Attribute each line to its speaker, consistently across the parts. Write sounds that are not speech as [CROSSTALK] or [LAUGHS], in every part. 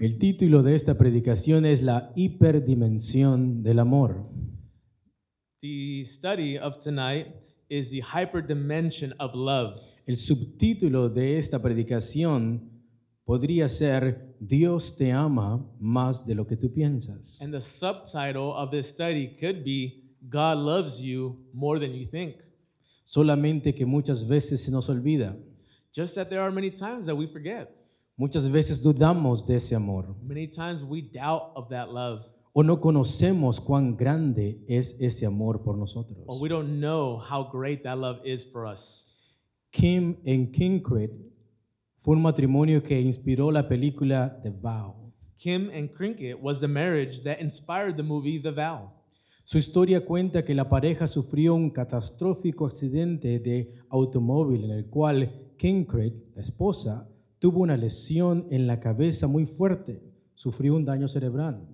Speaker 1: El título de esta predicación es La hiperdimensión del amor.
Speaker 2: The study of tonight is the hyperdimension of love.
Speaker 1: El subtítulo de esta predicación podría ser Dios te ama más de lo que tú piensas.
Speaker 2: And the subtitle of this study could be God loves you more than you think.
Speaker 1: Solamente que muchas veces se nos olvida.
Speaker 2: Just that there are many times that we forget.
Speaker 1: Muchas veces dudamos de ese amor
Speaker 2: Many times we doubt of that love
Speaker 1: o no conocemos cuán grande es ese amor por nosotros.
Speaker 2: or we don't know how great that love is for us.
Speaker 1: Kim en Kincred fue un matrimonio que inspiró la película The Vow.
Speaker 2: Kim and Crinkett was the marriage that inspired the movie The Vow.
Speaker 1: Su historia cuenta que la pareja sufrió un catastrófico accidente de automóvil en el cual Kincred, la esposa, tuvo una lesión en la cabeza muy fuerte, sufrió un daño cerebral,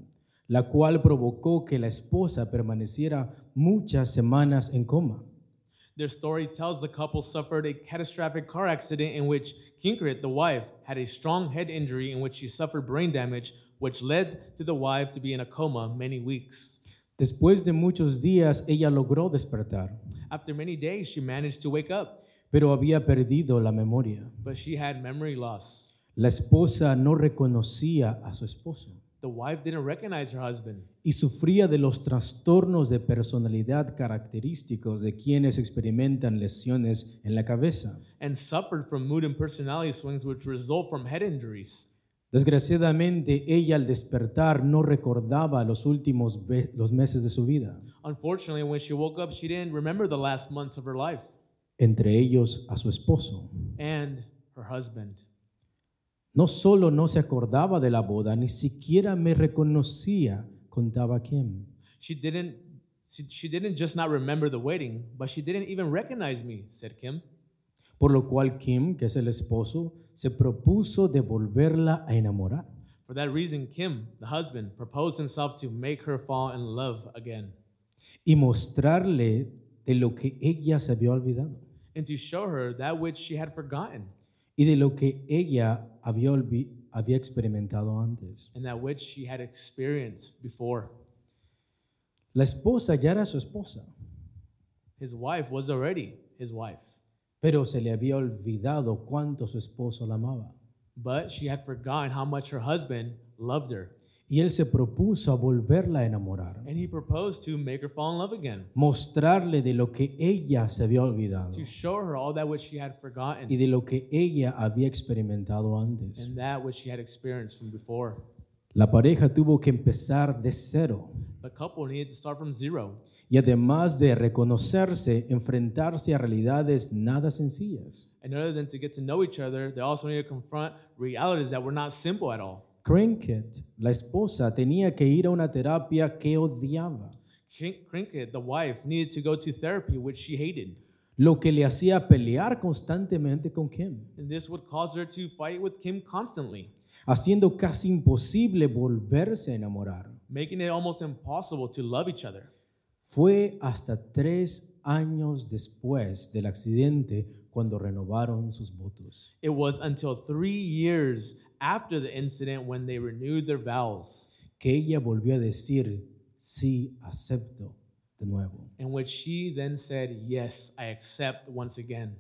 Speaker 1: la cual provocó que la esposa permaneciera muchas semanas en coma.
Speaker 2: Their story tells the couple suffered a catastrophic car accident in which Kinkrit, the wife, had a strong head injury in which she suffered brain damage, which led to the wife to be in a coma many weeks.
Speaker 1: Después de muchos días ella logró despertar,
Speaker 2: After many days, she managed to wake up,
Speaker 1: pero había perdido la memoria.
Speaker 2: but she had memory loss.
Speaker 1: La esposa no reconocía a su esposo
Speaker 2: The wife didn't recognize her husband,
Speaker 1: y sufría de los trastornos de personalidad característicos de quienes experimentan lesiones en la cabeza.
Speaker 2: and suffered from mood and personality swings which result from head injuries.
Speaker 1: Desgraciadamente, ella al despertar no recordaba los últimos ve- los meses de su vida,
Speaker 2: Unfortunately, when she woke up, she didn't remember the last months of her life
Speaker 1: entre ellos a su esposo.
Speaker 2: and her husband.
Speaker 1: No solo no se acordaba de la boda, ni siquiera me reconocía, contaba Kim.
Speaker 2: She didn't she, she didn't just not remember the wedding, but she didn't even recognize me, said Kim.
Speaker 1: Por lo cual Kim, que es el esposo, se propuso de volverla a enamorar.
Speaker 2: For that reason, Kim, the husband, proposed himself to make her fall in love again
Speaker 1: y mostrarle de lo que ella se había olvidado
Speaker 2: and to show her that which she had forgotten
Speaker 1: y de lo que ella había, olvi- había experimentado antes.
Speaker 2: and that which she had experienced before.
Speaker 1: La esposa ya era su esposa,
Speaker 2: His wife was already his wife,
Speaker 1: pero se le había olvidado cuánto su esposo la amaba.
Speaker 2: but she had forgotten how much her husband loved her.
Speaker 1: Y él se propuso a volverla a enamorar,
Speaker 2: And he proposed to make her fall in love again,
Speaker 1: mostrarle de lo que ella se había olvidado
Speaker 2: to show her all that which she had
Speaker 1: y
Speaker 2: forgotten
Speaker 1: de lo que ella había experimentado antes.
Speaker 2: and that which she had experienced from before.
Speaker 1: La pareja tuvo que empezar de cero
Speaker 2: The couple needed to start from zero.
Speaker 1: y además de reconocerse, enfrentarse a realidades nada sencillas.
Speaker 2: And other than to get to know each other, they also need to confront realities that were not simple at all.
Speaker 1: Crinkett, la esposa, tenía que ir a una terapia que odiaba,
Speaker 2: Crin- Crinkett, the wife, needed to go to therapy, which she hated.
Speaker 1: lo que le hacía pelear constantemente con Kim,
Speaker 2: And this would cause her to fight with Kim constantly,
Speaker 1: haciendo casi imposible volverse a enamorar.
Speaker 2: making it almost impossible to love each other.
Speaker 1: Fue hasta tres años después del accidente cuando renovaron sus votos.
Speaker 2: It was until three years after the incident when they renewed their vows,
Speaker 1: que ella volvió a decir, sí, acepto de nuevo.
Speaker 2: in which she then said, Yes, I accept once again.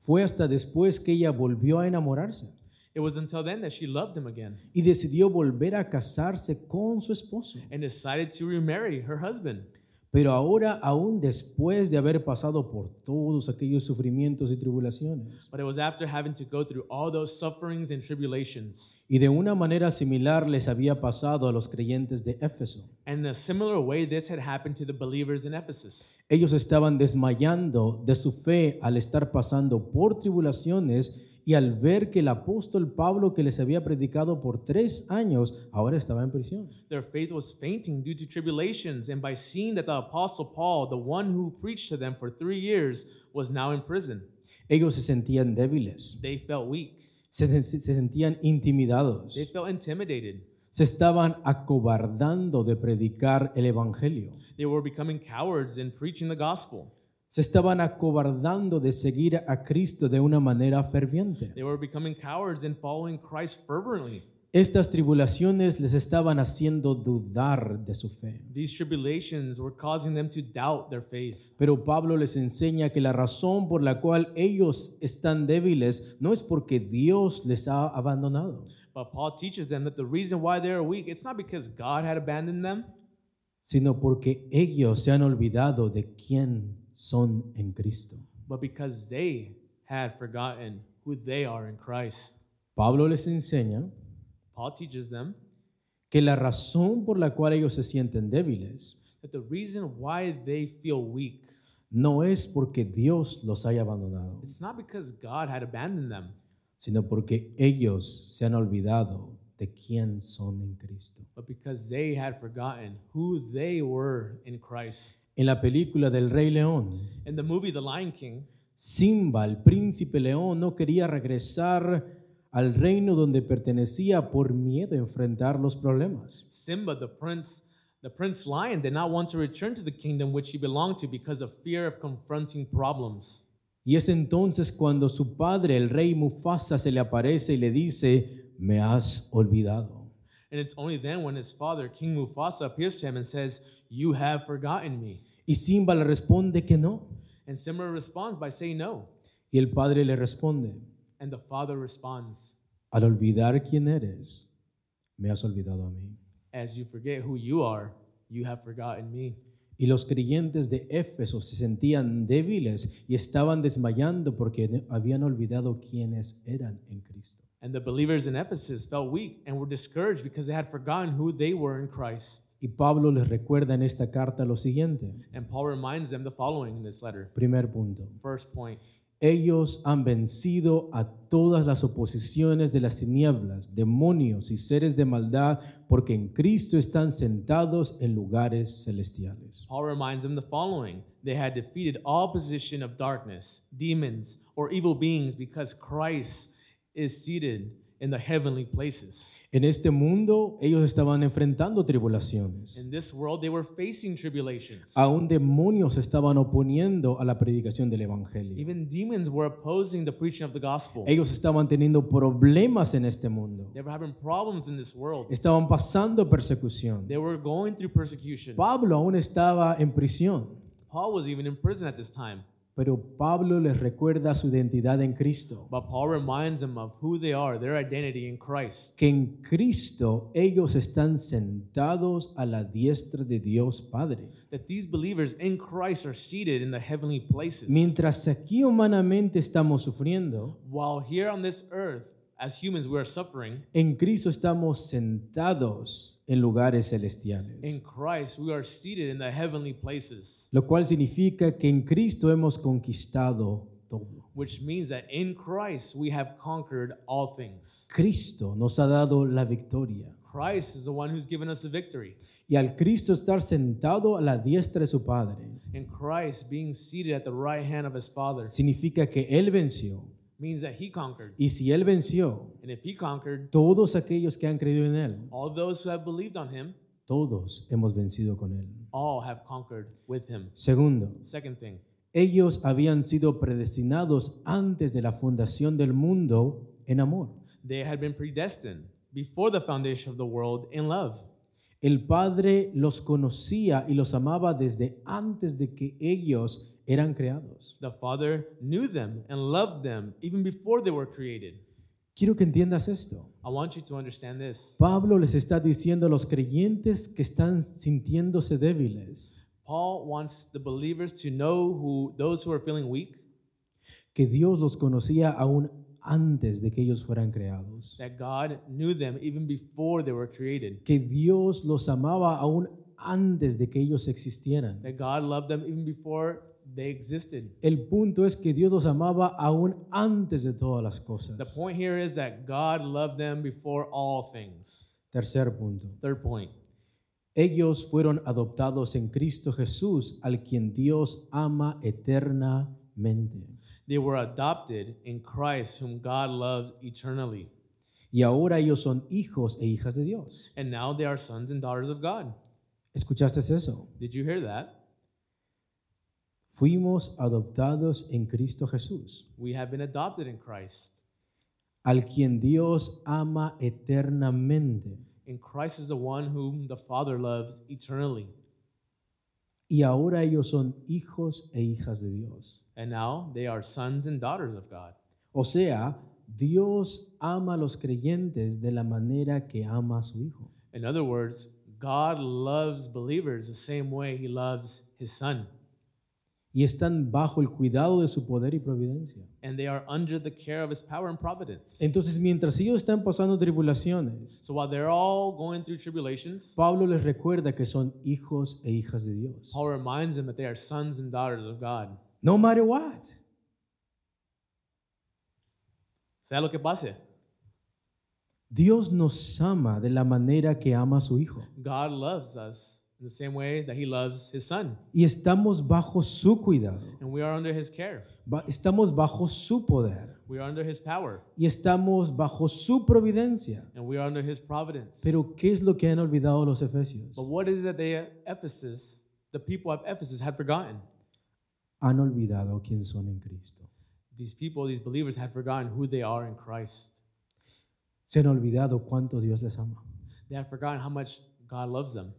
Speaker 1: Fue hasta después que ella volvió a enamorarse
Speaker 2: It was until then that she loved him again
Speaker 1: y decidió volver a casarse con su esposo.
Speaker 2: and decided to remarry her husband.
Speaker 1: Pero ahora, aún después de haber pasado por todos aquellos sufrimientos y tribulaciones,
Speaker 2: But it was after having to go through all those sufferings and tribulations.
Speaker 1: y de una manera similar les había pasado a los creyentes de Éfeso.
Speaker 2: And in a similar way, this had happened to the believers in Ephesus.
Speaker 1: Ellos estaban desmayando de su fe al estar pasando por tribulaciones y al ver que el apóstol Pablo que les había predicado por tres años ahora estaba en prisión.
Speaker 2: Their faith was fainting due to tribulations, and by seeing that the Apostle Paul, the one who preached to them for three years, was now in prison,
Speaker 1: Ellos se sentían débiles,
Speaker 2: they felt weak.
Speaker 1: se, se sentían intimidados,
Speaker 2: They felt intimidated.
Speaker 1: se estaban acobardando de predicar el Evangelio.
Speaker 2: They were becoming cowards in preaching the gospel.
Speaker 1: Se estaban acobardando de seguir a Cristo de una manera ferviente.
Speaker 2: They were becoming cowards in following Christ fervently.
Speaker 1: Estas tribulaciones les estaban haciendo dudar de su fe.
Speaker 2: These tribulations were causing them to doubt their faith.
Speaker 1: Pero Pablo les enseña que la razón por la cual ellos están débiles no es porque Dios les ha abandonado,
Speaker 2: But Paul teaches them that the reason why they are weak, it's not because God had abandoned them,
Speaker 1: sino porque ellos se han olvidado de quién son en Cristo.
Speaker 2: but because they had forgotten who they are in Christ.
Speaker 1: Pablo les enseña
Speaker 2: Paul teaches them
Speaker 1: que la razón por la cual ellos se sienten débiles
Speaker 2: that the reason why they feel weak,
Speaker 1: no es porque Dios los haya abandonado,
Speaker 2: it's not because God had abandoned them,
Speaker 1: sino porque ellos se han olvidado de quién son en Cristo.
Speaker 2: but because they had forgotten who they were in Christ.
Speaker 1: En la película del Rey León,
Speaker 2: In the movie The Lion King,
Speaker 1: Simba, el príncipe león, no quería regresar al reino donde pertenecía por miedo a enfrentar los problemas.
Speaker 2: Simba, the prince, the prince lion, did not want to return to the kingdom which he belonged to because of fear of confronting problems.
Speaker 1: Y es entonces cuando su padre, el rey Mufasa, se le aparece y le dice, me has olvidado.
Speaker 2: And it's only then when his father, King Mufasa, appears to him and says, You have forgotten me.
Speaker 1: Y Simba le responde que no.
Speaker 2: And Simba responds by saying no.
Speaker 1: Y el padre le responde,
Speaker 2: And the father responds,
Speaker 1: al olvidar quién eres, me has olvidado a mí.
Speaker 2: As you forget who you are, you have forgotten me.
Speaker 1: Y los creyentes de Éfeso se sentían débiles y estaban desmayando porque habían olvidado quiénes eran en Cristo.
Speaker 2: And the believers in Ephesus felt weak and were discouraged because they had forgotten who they were in Christ.
Speaker 1: Y Pablo les recuerda en esta carta lo siguiente.
Speaker 2: And Paul reminds them the following in this letter.
Speaker 1: Primer punto.
Speaker 2: First point
Speaker 1: Ellos han vencido a todas las oposiciones de las tinieblas, demonios y seres de maldad, porque en Cristo están sentados en lugares celestiales.
Speaker 2: Paul reminds them the following They had defeated all position of darkness, demons, or evil beings because Christ is seated in the heavenly places.
Speaker 1: En este mundo ellos estaban enfrentando tribulaciones.
Speaker 2: In this world, they were facing tribulations.
Speaker 1: Aún demonios se estaban oponiendo a la predicación del Evangelio.
Speaker 2: Even demons were opposing the preaching of the gospel.
Speaker 1: Ellos estaban teniendo problemas en este mundo.
Speaker 2: They were having problems in this world.
Speaker 1: Estaban pasando persecución.
Speaker 2: They were going through persecution.
Speaker 1: Pablo aún estaba en prisión.
Speaker 2: Paul was even in prison at this time.
Speaker 1: Pero Pablo les recuerda su identidad en Cristo,
Speaker 2: But Paul reminds them of who they are, their identity in Christ.
Speaker 1: que en Cristo ellos están sentados a la diestra de Dios Padre.
Speaker 2: That these believers in Christ are seated in the heavenly places.
Speaker 1: Mientras aquí humanamente estamos sufriendo,
Speaker 2: While here on this earth, as humans, we are suffering,
Speaker 1: en Cristo estamos sentados en lugares
Speaker 2: in
Speaker 1: celestiales,
Speaker 2: Christ, we are seated in the heavenly places,
Speaker 1: lo cual significa que en Cristo hemos conquistado todo.
Speaker 2: which means that in Christ, we have conquered all things.
Speaker 1: Cristo nos ha dado la victoria.
Speaker 2: Christ is the one who's given us the victory.
Speaker 1: Y al Cristo estar sentado a la diestra de su Padre,
Speaker 2: And Christ being seated at the right hand of his Father
Speaker 1: significa que Él venció.
Speaker 2: means that he conquered.
Speaker 1: Y si Él venció,
Speaker 2: And if he conquered,
Speaker 1: Todos aquellos que han creído en Él,
Speaker 2: all those who have believed on him,
Speaker 1: todos hemos vencido con Él.
Speaker 2: all have conquered with him.
Speaker 1: Segundo,
Speaker 2: Second thing,
Speaker 1: ellos habían sido predestinados antes de la fundación del mundo en amor.
Speaker 2: they had been predestined before the foundation of the world in love.
Speaker 1: El Padre los conocía y los amaba desde antes de que ellos eran creados.
Speaker 2: The Father knew them and loved them even before they were created.
Speaker 1: Quiero que entiendas esto.
Speaker 2: I want you to understand this.
Speaker 1: Pablo les está diciendo a los creyentes que están sintiéndose débiles
Speaker 2: Paul wants the believers to know who those who are feeling weak
Speaker 1: que Dios los conocía aún antes de que ellos fueran creados.
Speaker 2: that God knew them even before they were created.
Speaker 1: que Dios los amaba aún antes de que ellos existieran.
Speaker 2: That God loved them even before they existed.
Speaker 1: El punto es que Dios los amaba aún antes de todas las cosas.
Speaker 2: The point here is that God loved them before all things.
Speaker 1: Tercer punto.
Speaker 2: Third point.
Speaker 1: Ellos fueron adoptados en Cristo Jesús, al quien Dios ama eternamente.
Speaker 2: They were adopted in Christ, whom God loves eternally.
Speaker 1: y ahora ellos son hijos e hijas de Dios.
Speaker 2: and now they are sons and daughters of God.
Speaker 1: ¿Escuchaste eso?
Speaker 2: Did you hear that?
Speaker 1: Fuimos adoptados en Cristo Jesús,
Speaker 2: We have been adopted in Christ.
Speaker 1: al quien Dios ama eternamente.
Speaker 2: And Christ is the one whom the Father loves eternally.
Speaker 1: Y ahora ellos son hijos e hijas de Dios.
Speaker 2: And now they are sons and daughters of God.
Speaker 1: O sea, Dios ama a los creyentes de la manera que ama a su Hijo.
Speaker 2: In other words, God loves believers the same way he loves his son.
Speaker 1: Y están bajo el cuidado de su poder y providencia.
Speaker 2: And they are under the care of his power and providence.
Speaker 1: Entonces, mientras ellos están pasando tribulaciones,
Speaker 2: So while they're all going through tribulations,
Speaker 1: Pablo les recuerda que son hijos e hijas de Dios.
Speaker 2: Paul reminds them that they are sons and daughters of God.
Speaker 1: No matter what.
Speaker 2: Sea lo que pase,
Speaker 1: Dios nos ama de la manera que ama a su Hijo.
Speaker 2: God loves us in the same way that he loves his son.
Speaker 1: Y estamos bajo su cuidado.
Speaker 2: And we are under his care.
Speaker 1: Ba- Estamos bajo su poder.
Speaker 2: We are under his power.
Speaker 1: Y estamos bajo su providencia.
Speaker 2: And we are under his providence.
Speaker 1: Pero ¿qué es lo que han olvidado los efesios?
Speaker 2: But what is it that they at Ephesus, the people of Ephesus, had forgotten?
Speaker 1: Han olvidado quién son en Cristo.
Speaker 2: These people, these believers, had forgotten who they are in Christ.
Speaker 1: Se han olvidado cuánto Dios les ama.
Speaker 2: They had forgotten how much God loves them.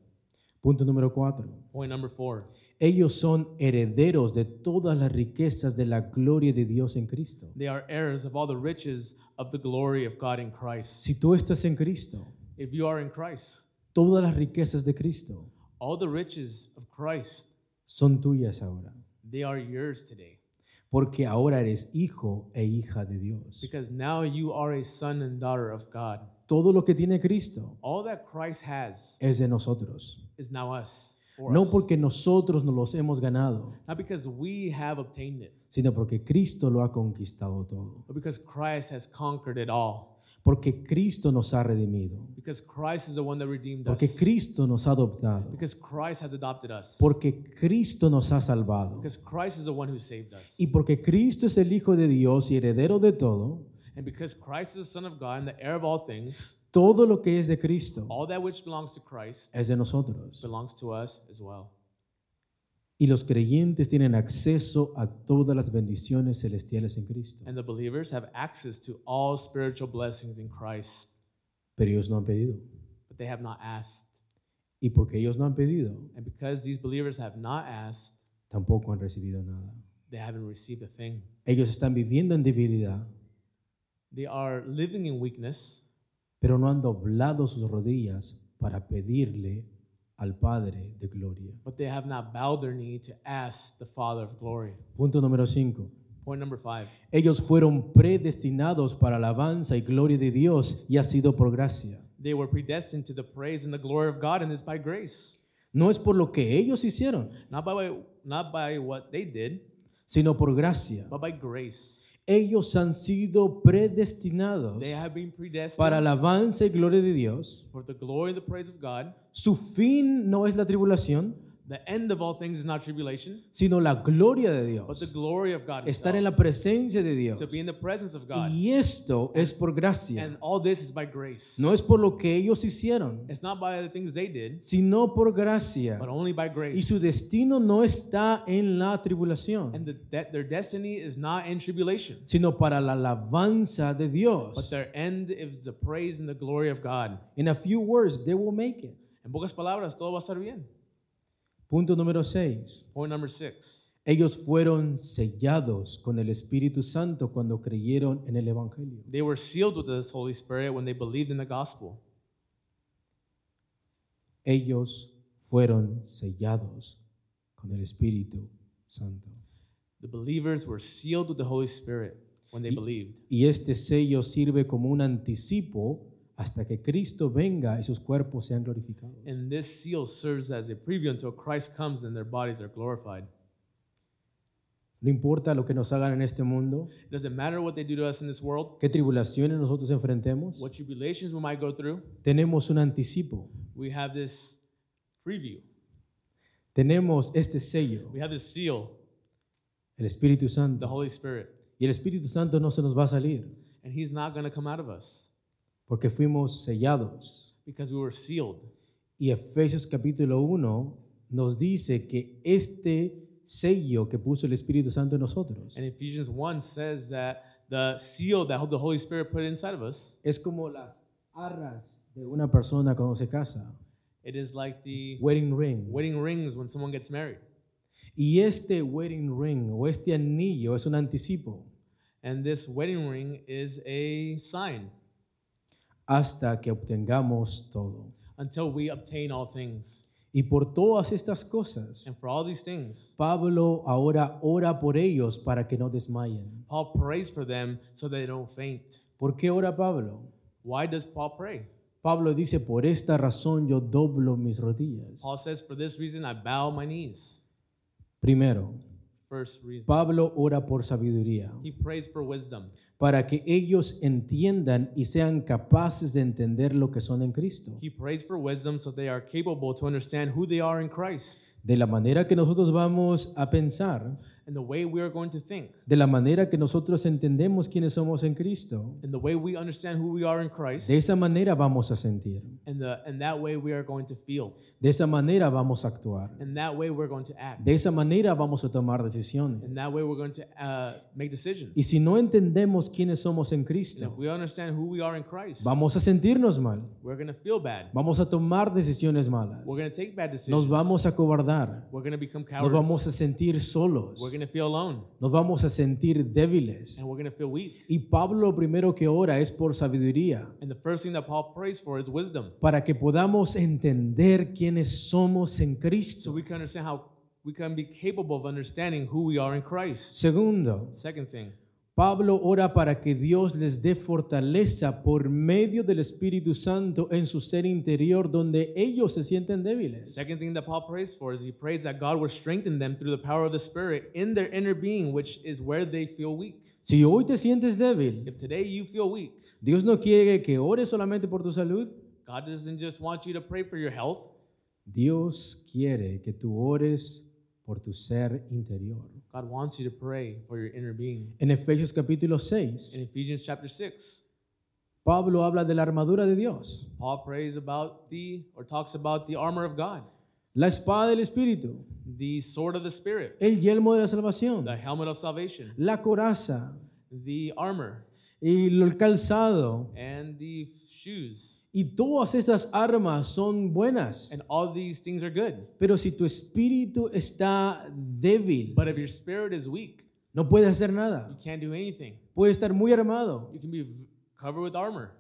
Speaker 1: Punto número cuatro.
Speaker 2: Point number four
Speaker 1: Ellos son herederos de todas las riquezas de la gloria de Dios en Cristo.
Speaker 2: they are heirs of all the riches of the glory of God in Christ.
Speaker 1: Si tú estás en Cristo,
Speaker 2: If you are in Christ,
Speaker 1: todas las riquezas de Cristo
Speaker 2: all the riches of Christ,
Speaker 1: son tuyas ahora.
Speaker 2: they are yours today.
Speaker 1: Porque ahora eres hijo e hija de Dios.
Speaker 2: Because now you are a son and daughter of God.
Speaker 1: Todo lo que tiene Cristo
Speaker 2: All that Christ has
Speaker 1: es de nosotros.
Speaker 2: is now us. for
Speaker 1: No
Speaker 2: us.
Speaker 1: porque nosotros nos los hemos ganado,
Speaker 2: Not because we have obtained it,
Speaker 1: sino porque Cristo lo ha conquistado todo.
Speaker 2: but because Christ has conquered it all.
Speaker 1: Porque Cristo nos ha redimido.
Speaker 2: Because Christ is the one that redeemed us.
Speaker 1: Porque Cristo nos ha adoptado.
Speaker 2: Because Christ has adopted us.
Speaker 1: Porque Cristo nos ha salvado.
Speaker 2: Because Christ is the one who saved us.
Speaker 1: Y porque Cristo es el Hijo de Dios y heredero de todo,
Speaker 2: And because Christ is the Son of God and the heir of all things,
Speaker 1: todo lo que es de Cristo
Speaker 2: all that which belongs to Christ
Speaker 1: es de nosotros.
Speaker 2: belongs to us as well.
Speaker 1: Y los creyentes tienen acceso a todas las bendiciones celestiales en Cristo.
Speaker 2: And the believers have access to all spiritual blessings in Christ,
Speaker 1: Pero ellos no han pedido.
Speaker 2: but they have not asked.
Speaker 1: Y porque ellos no han pedido,
Speaker 2: And because these believers have not asked,
Speaker 1: tampoco han recibido nada.
Speaker 2: they haven't received a thing.
Speaker 1: Ellos están viviendo en debilidad,
Speaker 2: They are living in weakness,
Speaker 1: pero no han doblado sus rodillas para pedirle al Padre de gloria.
Speaker 2: but they have not bowed their knee to ask the Father of glory.
Speaker 1: Punto número 5.
Speaker 2: Point number five.
Speaker 1: Ellos fueron predestinados para la alabanza y gloria de Dios y ha sido por gracia.
Speaker 2: They were predestined to the praise and the glory of God, and it's by grace,
Speaker 1: No es por lo que ellos hicieron,
Speaker 2: not by what- not by what they did,
Speaker 1: sino por gracia.
Speaker 2: but by grace.
Speaker 1: Ellos han sido predestinados
Speaker 2: They have been predestined
Speaker 1: para la alabanza y gloria de Dios.
Speaker 2: for the glory and the praise of God.
Speaker 1: Su fin no es la tribulación,
Speaker 2: The end of all things is not tribulation,
Speaker 1: sino la gloria de
Speaker 2: but the
Speaker 1: Dios,
Speaker 2: glory of God.
Speaker 1: estar en
Speaker 2: himself,
Speaker 1: la presencia de Dios.
Speaker 2: to be in the presence of God,
Speaker 1: Y esto es por gracia,
Speaker 2: and all this is by grace.
Speaker 1: no es por lo que ellos hicieron,
Speaker 2: It's not by the things they did,
Speaker 1: sino por gracia.
Speaker 2: but only by
Speaker 1: Y
Speaker 2: grace.
Speaker 1: su destino no está en la
Speaker 2: And
Speaker 1: tribulación,
Speaker 2: the, that their destiny is not in tribulation,
Speaker 1: sino para la alabanza de
Speaker 2: but
Speaker 1: Dios.
Speaker 2: their end is the praise and the glory of God.
Speaker 1: In a few words, they will make it.
Speaker 2: En pocas palabras, todo va a estar bien.
Speaker 1: Punto número 6.
Speaker 2: Point number six.
Speaker 1: Ellos fueron sellados con el Espíritu Santo cuando creyeron en el Evangelio.
Speaker 2: They were sealed with this Holy Spirit when they believed in the gospel.
Speaker 1: Ellos fueron sellados con el Espíritu Santo.
Speaker 2: The believers were sealed with the Holy Spirit when they
Speaker 1: Y-
Speaker 2: believed.
Speaker 1: Y este sello sirve como un anticipo hasta que Cristo venga y sus cuerpos sean glorificados.
Speaker 2: And this seal serves as a preview until Christ comes and their bodies are glorified.
Speaker 1: No importa lo que nos hagan en este mundo,
Speaker 2: It doesn't matter what they do to us in this world,
Speaker 1: qué tribulaciones nosotros enfrentemos,
Speaker 2: what tribulations we might go through,
Speaker 1: tenemos un anticipo,
Speaker 2: we have this preview.
Speaker 1: tenemos este sello,
Speaker 2: We have this seal,
Speaker 1: el Espíritu
Speaker 2: the
Speaker 1: Santo.
Speaker 2: Holy Spirit.
Speaker 1: Y el Espíritu Santo no se nos va a salir.
Speaker 2: And He's not going to come out of us.
Speaker 1: porque fuimos sellados.
Speaker 2: because we were sealed.
Speaker 1: Y Efesios capítulo 1 nos dice que este sello que puso el Espíritu Santo en nosotros
Speaker 2: And Ephesians 1 says that the seal that the Holy Spirit put inside of us,
Speaker 1: es como las arras de una persona cuando se casa,
Speaker 2: it is like the
Speaker 1: wedding ring.
Speaker 2: wedding rings when someone gets married.
Speaker 1: Y este wedding ring o este anillo es un anticipo
Speaker 2: And this wedding ring is a sign
Speaker 1: hasta que obtengamos todo.
Speaker 2: until we obtain all things.
Speaker 1: Y por todas estas cosas,
Speaker 2: And for all these things,
Speaker 1: Pablo ahora ora por ellos para que no desmayen.
Speaker 2: Paul prays for them so they don't faint.
Speaker 1: ¿Por qué ora Pablo?
Speaker 2: Why does Paul pray?
Speaker 1: Pablo dice, por esta razón yo doblo mis rodillas.
Speaker 2: Paul says, For this reason I bow my knees.
Speaker 1: Primero,
Speaker 2: First reason.
Speaker 1: Pablo ora por sabiduría,
Speaker 2: He prays for wisdom
Speaker 1: para que ellos entiendan y sean capaces de entender lo que son en Cristo.
Speaker 2: He prays for wisdom so they are capable to understand who they are in Christ
Speaker 1: De la manera que nosotros vamos a pensar,
Speaker 2: and the way we are going to think
Speaker 1: de la manera que nosotros entendemos quiénes somos en Cristo,
Speaker 2: and the way we understand who we are in Christ
Speaker 1: de esa manera vamos a sentir,
Speaker 2: and the and that way we are going to feel
Speaker 1: de esa manera vamos a actuar,
Speaker 2: and that way we're going to act
Speaker 1: de esa manera vamos a tomar decisiones.
Speaker 2: and that way we're going to uh, make decisions
Speaker 1: Y si no entendemos quiénes somos en
Speaker 2: and if
Speaker 1: Cristo,
Speaker 2: we understand who we are in Christ
Speaker 1: vamos a sentirnos mal,
Speaker 2: we're going to feel bad
Speaker 1: vamos a tomar decisiones malas,
Speaker 2: we're going to take bad
Speaker 1: nos
Speaker 2: decisions
Speaker 1: vamos a cobardar,
Speaker 2: we're going to become
Speaker 1: nos
Speaker 2: cowards
Speaker 1: vamos a sentir solos,
Speaker 2: we're going to feel alone
Speaker 1: nos vamos a sentir débiles.
Speaker 2: and we're going to feel weak
Speaker 1: Y Pablo lo primero que ora es por sabiduría,
Speaker 2: and the first thing that Paul prays for is wisdom
Speaker 1: para que podamos entender quiénes somos en
Speaker 2: so
Speaker 1: Cristo.
Speaker 2: we can understand how we can be capable of understanding who we are in Christ
Speaker 1: Segundo,
Speaker 2: second thing
Speaker 1: Pablo ora para que Dios les dé fortaleza por medio del Espíritu Santo en su ser interior donde ellos se sienten débiles.
Speaker 2: Second thing that Paul prays for is he prays that God would strengthen them through the power of the Spirit in their inner being, which is where they feel weak.
Speaker 1: Si hoy te sientes débil,
Speaker 2: If today you feel weak,
Speaker 1: Dios no quiere que ores solamente por tu salud.
Speaker 2: God doesn't just want you to pray for your health.
Speaker 1: Dios quiere que tú ores por tu ser interior.
Speaker 2: God wants you to pray for your inner being.
Speaker 1: En Efesios capítulo 6,
Speaker 2: In Ephesians chapter 6,
Speaker 1: Pablo habla de la armadura de Dios,
Speaker 2: Paul prays about the, or talks about the armor of God,
Speaker 1: la espada del Espíritu,
Speaker 2: the sword of the Spirit,
Speaker 1: el yelmo de la salvación,
Speaker 2: the helmet of salvation,
Speaker 1: la coraza,
Speaker 2: the armor,
Speaker 1: el el calzado,
Speaker 2: and the shoes.
Speaker 1: Y todas estas armas son buenas.
Speaker 2: And all these things are good.
Speaker 1: Pero si tu espíritu está débil,
Speaker 2: But if your spirit is weak,
Speaker 1: no puedes hacer
Speaker 2: you
Speaker 1: nada.
Speaker 2: can't do anything.
Speaker 1: Puedes estar muy armado,
Speaker 2: You can be v- covered with armor,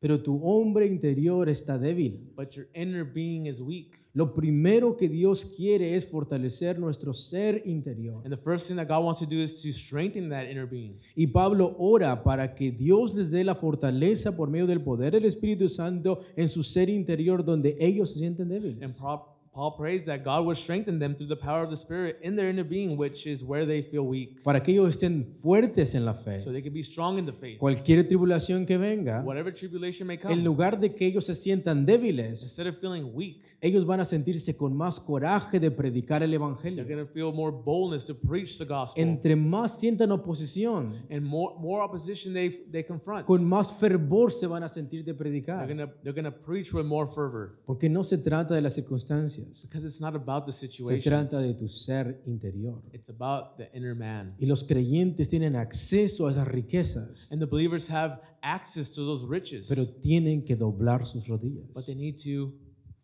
Speaker 1: pero tu hombre interior está débil.
Speaker 2: but your inner being is weak.
Speaker 1: Lo primero que Dios quiere es fortalecer nuestro ser interior.
Speaker 2: And the first thing that God wants to do is to strengthen that inner being.
Speaker 1: Y Pablo ora para que Dios les dé la fortaleza por medio del poder del Espíritu Santo en su ser interior donde ellos se sienten
Speaker 2: And
Speaker 1: débiles.
Speaker 2: Pro- Paul prays that God would strengthen them through the power of the Spirit in their inner being, which is where they feel weak.
Speaker 1: Para que ellos estén fuertes en la fe.
Speaker 2: So they can be strong in the faith.
Speaker 1: Cualquier tribulación que venga,
Speaker 2: Whatever tribulation may
Speaker 1: en
Speaker 2: come,
Speaker 1: lugar de que ellos se sientan débiles,
Speaker 2: instead of feeling weak,
Speaker 1: ellos van a sentirse con más coraje de predicar el
Speaker 2: they're
Speaker 1: Evangelio.
Speaker 2: going to feel more boldness to preach the gospel.
Speaker 1: Entre más sientan oposición,
Speaker 2: And more, more opposition they, they confront,
Speaker 1: con más fervor se van a sentir de
Speaker 2: they're going
Speaker 1: predicar.
Speaker 2: to they're gonna preach with more fervor.
Speaker 1: Porque no se trata de las circunstancias,
Speaker 2: Because it's not about the
Speaker 1: se trata
Speaker 2: situation,
Speaker 1: de tu ser interior.
Speaker 2: it's about the inner man.
Speaker 1: Y los creyentes tienen acceso a esas riquezas,
Speaker 2: And the believers have access to those riches,
Speaker 1: pero tienen que doblar sus rodillas.
Speaker 2: but they need to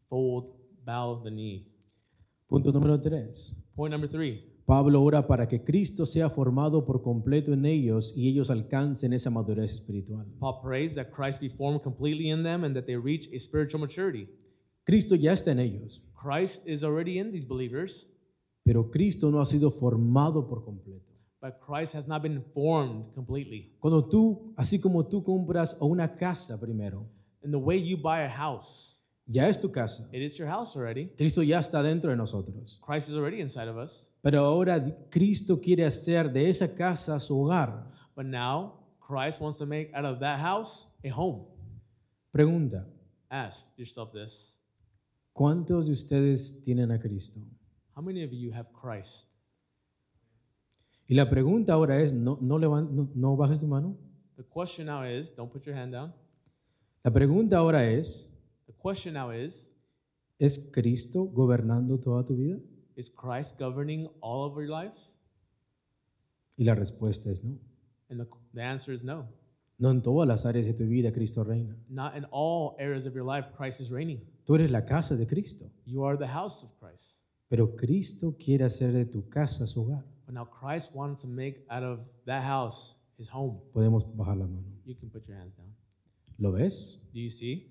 Speaker 2: fold, bow the knee.
Speaker 1: Punto número tres.
Speaker 2: Point number three
Speaker 1: Pablo ora para que Cristo sea formado por completo en ellos y ellos alcancen esa madurez espiritual.
Speaker 2: Paul prays that Christ be formed completely in them and that they reach a spiritual maturity.
Speaker 1: Cristo ya está en ellos,
Speaker 2: Christ is already in these believers,
Speaker 1: pero Cristo no ha sido formado por completo.
Speaker 2: but Christ has not been formed completely.
Speaker 1: Cuando tú, así como tú compras a una casa primero,
Speaker 2: And the way you buy a house,
Speaker 1: ya es tu casa.
Speaker 2: it is your house already.
Speaker 1: Cristo ya está dentro de nosotros.
Speaker 2: Christ is already inside of us.
Speaker 1: Pero ahora di- Cristo quiere hacer de esa casa su hogar.
Speaker 2: But now, Christ wants to make out of that house a home.
Speaker 1: Pregunta,
Speaker 2: Ask yourself this
Speaker 1: ¿cuántos de ustedes tienen a Cristo?
Speaker 2: How many of you have Christ?
Speaker 1: Y la pregunta ahora es, no, no, levan- no- no bajes tu mano.
Speaker 2: The question now is don't put your hand down.
Speaker 1: La pregunta ahora es,
Speaker 2: The question now is
Speaker 1: ¿es Cristo gobernando toda tu vida?
Speaker 2: Is Christ governing all of your life?
Speaker 1: Y la respuesta es no.
Speaker 2: And the, the answer is no.
Speaker 1: No en todas las áreas de tu vida Cristo reina.
Speaker 2: Not in all areas of your life, Christ is reigning.
Speaker 1: Tú eres la casa de Cristo,
Speaker 2: You are the house of Christ.
Speaker 1: pero Cristo quiere hacer de tu casa su hogar.
Speaker 2: But now Christ wants to make out of that house his home.
Speaker 1: Podemos bajar la mano.
Speaker 2: You can put your hands down.
Speaker 1: ¿Lo ves?
Speaker 2: Do you see?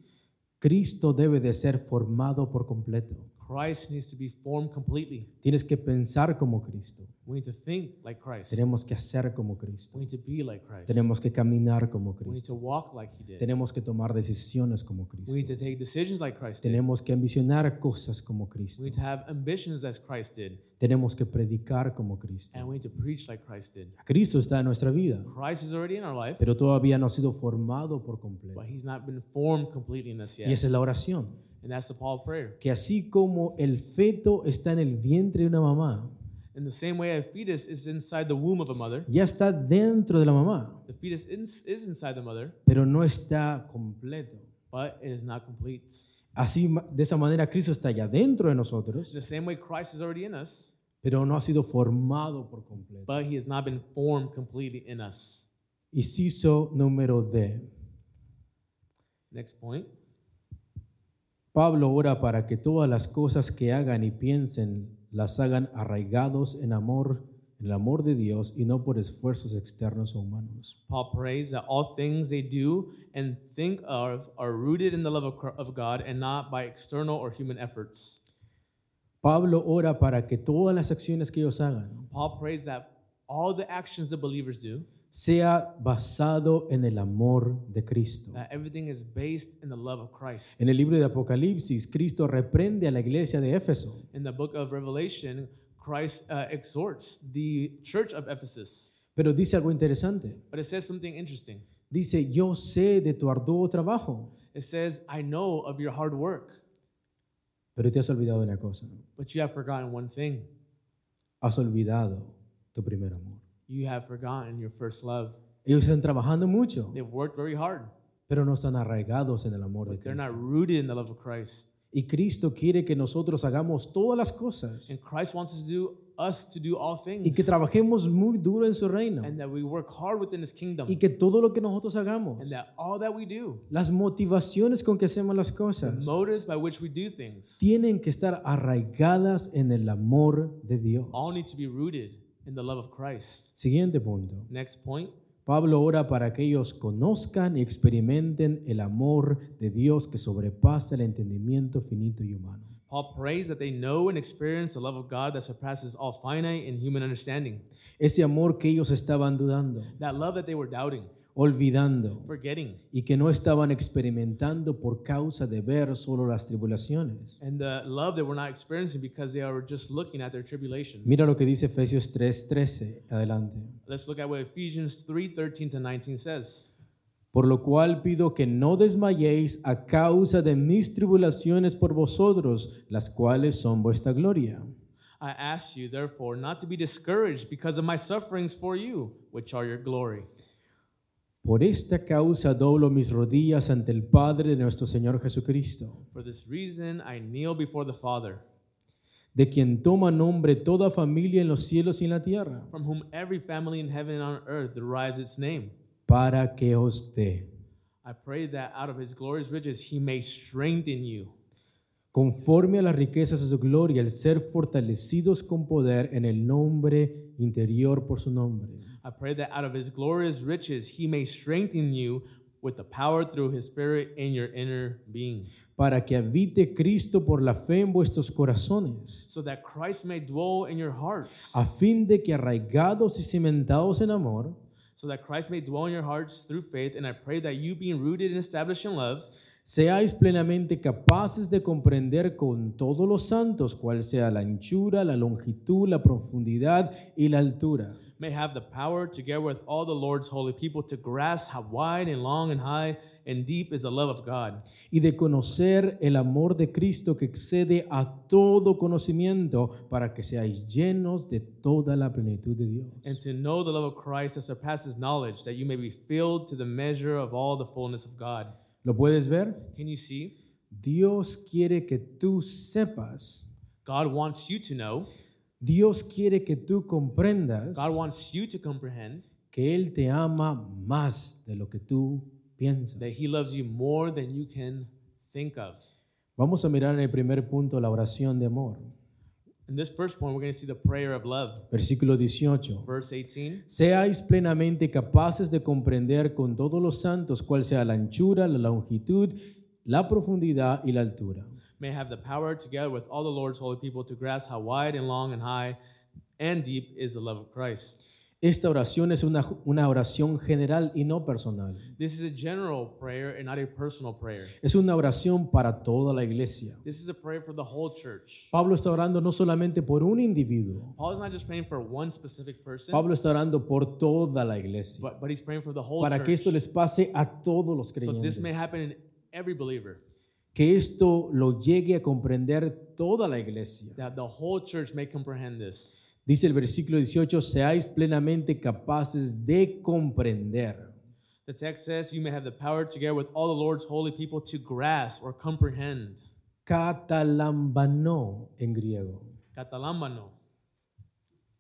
Speaker 1: Cristo debe de ser formado por completo.
Speaker 2: Christ needs to be formed completely.
Speaker 1: Tienes que pensar como Cristo.
Speaker 2: We need to think like Christ.
Speaker 1: Tenemos que hacer como Cristo.
Speaker 2: We need to be like Christ.
Speaker 1: Tenemos que caminar como
Speaker 2: We need
Speaker 1: Cristo.
Speaker 2: to walk like he did.
Speaker 1: Tenemos que tomar decisiones como
Speaker 2: We need
Speaker 1: Cristo.
Speaker 2: to take decisions like Christ did.
Speaker 1: Tenemos que ambicionar cosas como Cristo.
Speaker 2: We need to have ambitions as Christ did.
Speaker 1: Tenemos que predicar como Cristo.
Speaker 2: And we need to preach like Christ did.
Speaker 1: Cristo está en nuestra vida,
Speaker 2: Christ is already in our life,
Speaker 1: pero todavía no ha sido formado por completo.
Speaker 2: but he's not been formed completely in us
Speaker 1: Y
Speaker 2: yet.
Speaker 1: esa es la oración.
Speaker 2: And that's the Paul prayer.
Speaker 1: Que así como el feto está en el vientre de una mamá,
Speaker 2: In the same way a fetus is inside the womb of a mother,
Speaker 1: ya está dentro de la mamá,
Speaker 2: the fetus is is inside the mother,
Speaker 1: pero no está completo.
Speaker 2: but it is not complete.
Speaker 1: Así, ma- de esa manera, Cristo está ya dentro de
Speaker 2: In
Speaker 1: nosotros,
Speaker 2: the same way Christ is already in us,
Speaker 1: pero no ha sido formado por completo.
Speaker 2: but he has not been formed completely in us.
Speaker 1: Inciso número D.
Speaker 2: Next point.
Speaker 1: Pablo ora para que todas las cosas que hagan y piensen las hagan arraigados en amor, en el amor de Dios y no por esfuerzos externos o humanos.
Speaker 2: Paul prays that all things they do and think of are rooted in the love of, Cr- of God and not by external or human efforts.
Speaker 1: Pablo ora para que todas las acciones que ellos hagan
Speaker 2: Paul prays that all the actions the believers do,
Speaker 1: sea basado en el amor de Cristo.
Speaker 2: that everything is based in the love of Christ.
Speaker 1: En el libro de Apocalipsis, Cristo reprende a la iglesia de Éfeso
Speaker 2: In the book of Revelation, Christ uh, exhorts the church of Ephesus.
Speaker 1: Pero dice algo interesante.
Speaker 2: But it says something interesting.
Speaker 1: Dice, yo sé de tu arduo trabajo,
Speaker 2: It says, I know of your hard work,
Speaker 1: pero te has olvidado de una cosa.
Speaker 2: but you have forgotten one thing.
Speaker 1: Has olvidado tu primer amor.
Speaker 2: You have forgotten your first love.
Speaker 1: Ellos están trabajando mucho,
Speaker 2: They've worked very hard,
Speaker 1: pero no están arraigados en el amor de
Speaker 2: but they're not
Speaker 1: Cristo.
Speaker 2: rooted in the love of Christ.
Speaker 1: Y Cristo quiere que nosotros hagamos todas las cosas
Speaker 2: And Christ wants us to do us to do all things.
Speaker 1: y que trabajemos muy duro en su reino
Speaker 2: and that we work hard within his kingdom.
Speaker 1: y que todo lo que nosotros hagamos,
Speaker 2: and that all that we do,
Speaker 1: las motivaciones con que hacemos las cosas,
Speaker 2: motives by which we do things,
Speaker 1: tienen que estar arraigadas en el amor de Dios.
Speaker 2: all need to be rooted in the love of Christ.
Speaker 1: Siguiente punto.
Speaker 2: Next point.
Speaker 1: Pablo ora para que ellos conozcan y experimenten el amor de Dios que sobrepasa el entendimiento finito y humano.
Speaker 2: Paul prays that they know and experience the love of God that surpasses all finite and human understanding.
Speaker 1: Ese amor que ellos estaban dudando,
Speaker 2: That love that they were doubting,
Speaker 1: olvidando
Speaker 2: forgetting,
Speaker 1: y que no estaban experimentando por causa de ver solo las tribulaciones.
Speaker 2: and the love that we're not experiencing because they are just looking at their tribulation.
Speaker 1: Mira lo que dice Efesios 3:13, adelante.
Speaker 2: Let's look at what Ephesians 3 13 to 19 says.
Speaker 1: Por lo cual pido que no desmayéis a causa de mis tribulaciones por vosotros, las cuales son vuestra gloria.
Speaker 2: I ask you, therefore, not to be discouraged because of my sufferings for you, which are your glory.
Speaker 1: Por esta causa doblo mis rodillas ante el Padre de nuestro Señor Jesucristo,
Speaker 2: For this reason, I kneel before the Father,
Speaker 1: de quien toma nombre toda familia en los cielos y en la tierra,
Speaker 2: from whom every family in heaven and on earth derives its name.
Speaker 1: para que os dé,
Speaker 2: I pray that out of his glorious riches, he may strengthen you
Speaker 1: conforme a las riquezas de su gloria, el ser fortalecidos con poder en el nombre interior por su nombre,
Speaker 2: I pray that out of his glorious riches he may strengthen you with the power through his spirit in your inner being,
Speaker 1: para que habite Cristo por la fe en vuestros corazones,
Speaker 2: so that Christ may dwell in your hearts.
Speaker 1: a fin de que arraigados y cimentados en amor,
Speaker 2: So that Christ may dwell in your hearts through faith, and I pray that you being rooted and established in love,
Speaker 1: Seáis plenamente capaces de comprender con todos los santos cuál sea la anchura, la longitud, la profundidad y la altura,
Speaker 2: may have the power together with all the Lord's holy people to grasp how wide and long and high and deep is the love of God,
Speaker 1: y de conocer el amor de Cristo que excede a todo conocimiento, para que seáis llenos de toda la plenitud de
Speaker 2: and
Speaker 1: Dios.
Speaker 2: to know the love of Christ that surpasses knowledge, that you may be filled to the measure of all the fullness of God.
Speaker 1: ¿Lo puedes ver?
Speaker 2: Can you see?
Speaker 1: Dios quiere que tú sepas.
Speaker 2: God wants you to know,
Speaker 1: Dios quiere que tú comprendas
Speaker 2: God wants you to comprehend
Speaker 1: que Él te ama más de lo que tú piensas.
Speaker 2: that He loves you more than you can think of.
Speaker 1: Vamos a mirar en el primer punto la oración de amor.
Speaker 2: In this first point, we're going to see the prayer of love.
Speaker 1: Versículo 18.
Speaker 2: Verse 18
Speaker 1: Seáis plenamente capaces de comprender con todos los santos cuál sea la anchura, la longitud, la profundidad y la altura.
Speaker 2: may have the power together with all the Lord's holy people to grasp how wide and long and high and deep is the love of Christ.
Speaker 1: Esta oración es una, una oración general y no personal.
Speaker 2: This is a general prayer and not a personal prayer.
Speaker 1: Es una oración para toda la iglesia.
Speaker 2: This is a prayer for the whole church.
Speaker 1: Pablo está orando no solamente por un individuo,
Speaker 2: Paul is not just praying for one specific person,
Speaker 1: Pablo está orando por toda la iglesia.
Speaker 2: but, but he's praying for the whole
Speaker 1: Para que
Speaker 2: church.
Speaker 1: esto les pase a todos los
Speaker 2: so this
Speaker 1: creyentes.
Speaker 2: may happen in every believer,
Speaker 1: Que esto lo llegue a comprender toda la iglesia.
Speaker 2: that the whole church may comprehend this.
Speaker 1: Dice el versículo 18, seáis plenamente capaces de comprender.
Speaker 2: The text says, You may have the power together with all the Lord's holy people to grasp or comprehend.
Speaker 1: Catalambano en griego.
Speaker 2: Catalambano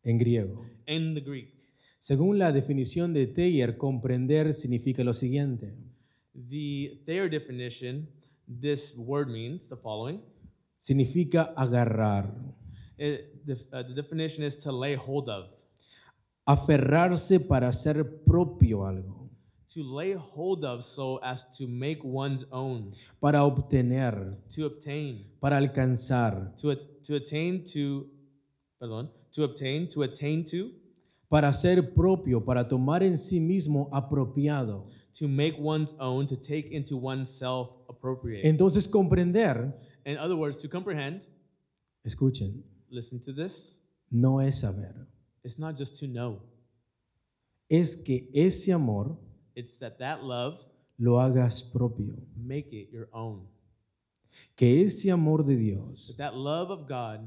Speaker 1: En griego.
Speaker 2: in the Greek.
Speaker 1: Según la definición de Teyer, comprender significa lo siguiente.
Speaker 2: The Thayer definition, this word means the following.
Speaker 1: Significa agarrar,
Speaker 2: It, the, uh, the definition is to lay hold of.
Speaker 1: aferrarse para hacer propio algo,
Speaker 2: To lay hold of so as to make one's own,
Speaker 1: para obtener,
Speaker 2: to obtain,
Speaker 1: para alcanzar,
Speaker 2: to, at- to attain to, pardon, to obtain, to attain to,
Speaker 1: para hacer propio, para tomar en sí mismo apropiado.
Speaker 2: to make one's own, to take into oneself appropriate.
Speaker 1: Entonces comprender,
Speaker 2: In other words, to comprehend,
Speaker 1: escuchen,
Speaker 2: listen to this,
Speaker 1: no es saber.
Speaker 2: it's not just to know,
Speaker 1: es que ese amor
Speaker 2: it's that that love,
Speaker 1: lo hagas propio,
Speaker 2: make it your own.
Speaker 1: que ese amor de Dios
Speaker 2: That that love of God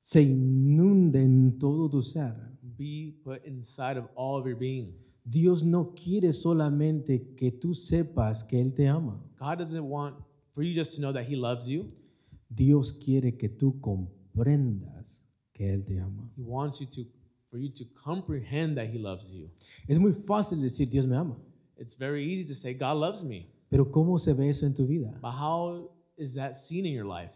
Speaker 1: se inunde en todo tu ser.
Speaker 2: be put inside of all of your being.
Speaker 1: Dios no quiere solamente que tú sepas que Él te ama,
Speaker 2: God doesn't want for you just to know that He loves you.
Speaker 1: Dios quiere que tú comprendas que Él te ama.
Speaker 2: He wants you to for you to comprehend that He loves you.
Speaker 1: Es muy fácil decir Dios me ama,
Speaker 2: It's very easy to say God loves me,
Speaker 1: pero ¿cómo se ve eso en tu vida?
Speaker 2: but how is that seen in your life?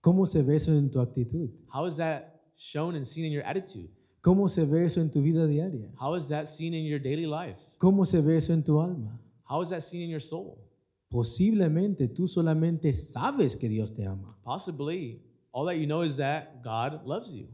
Speaker 1: ¿Cómo se ve eso en tu actitud?
Speaker 2: How is that shown and seen in your attitude?
Speaker 1: ¿Cómo se ve eso en tu vida diaria?
Speaker 2: How is that seen in your daily life?
Speaker 1: ¿Cómo se ve eso en tu alma?
Speaker 2: How is that seen in your soul?
Speaker 1: Posiblemente tú solamente sabes que Dios te ama.
Speaker 2: Possibly, all that you know is that God loves you,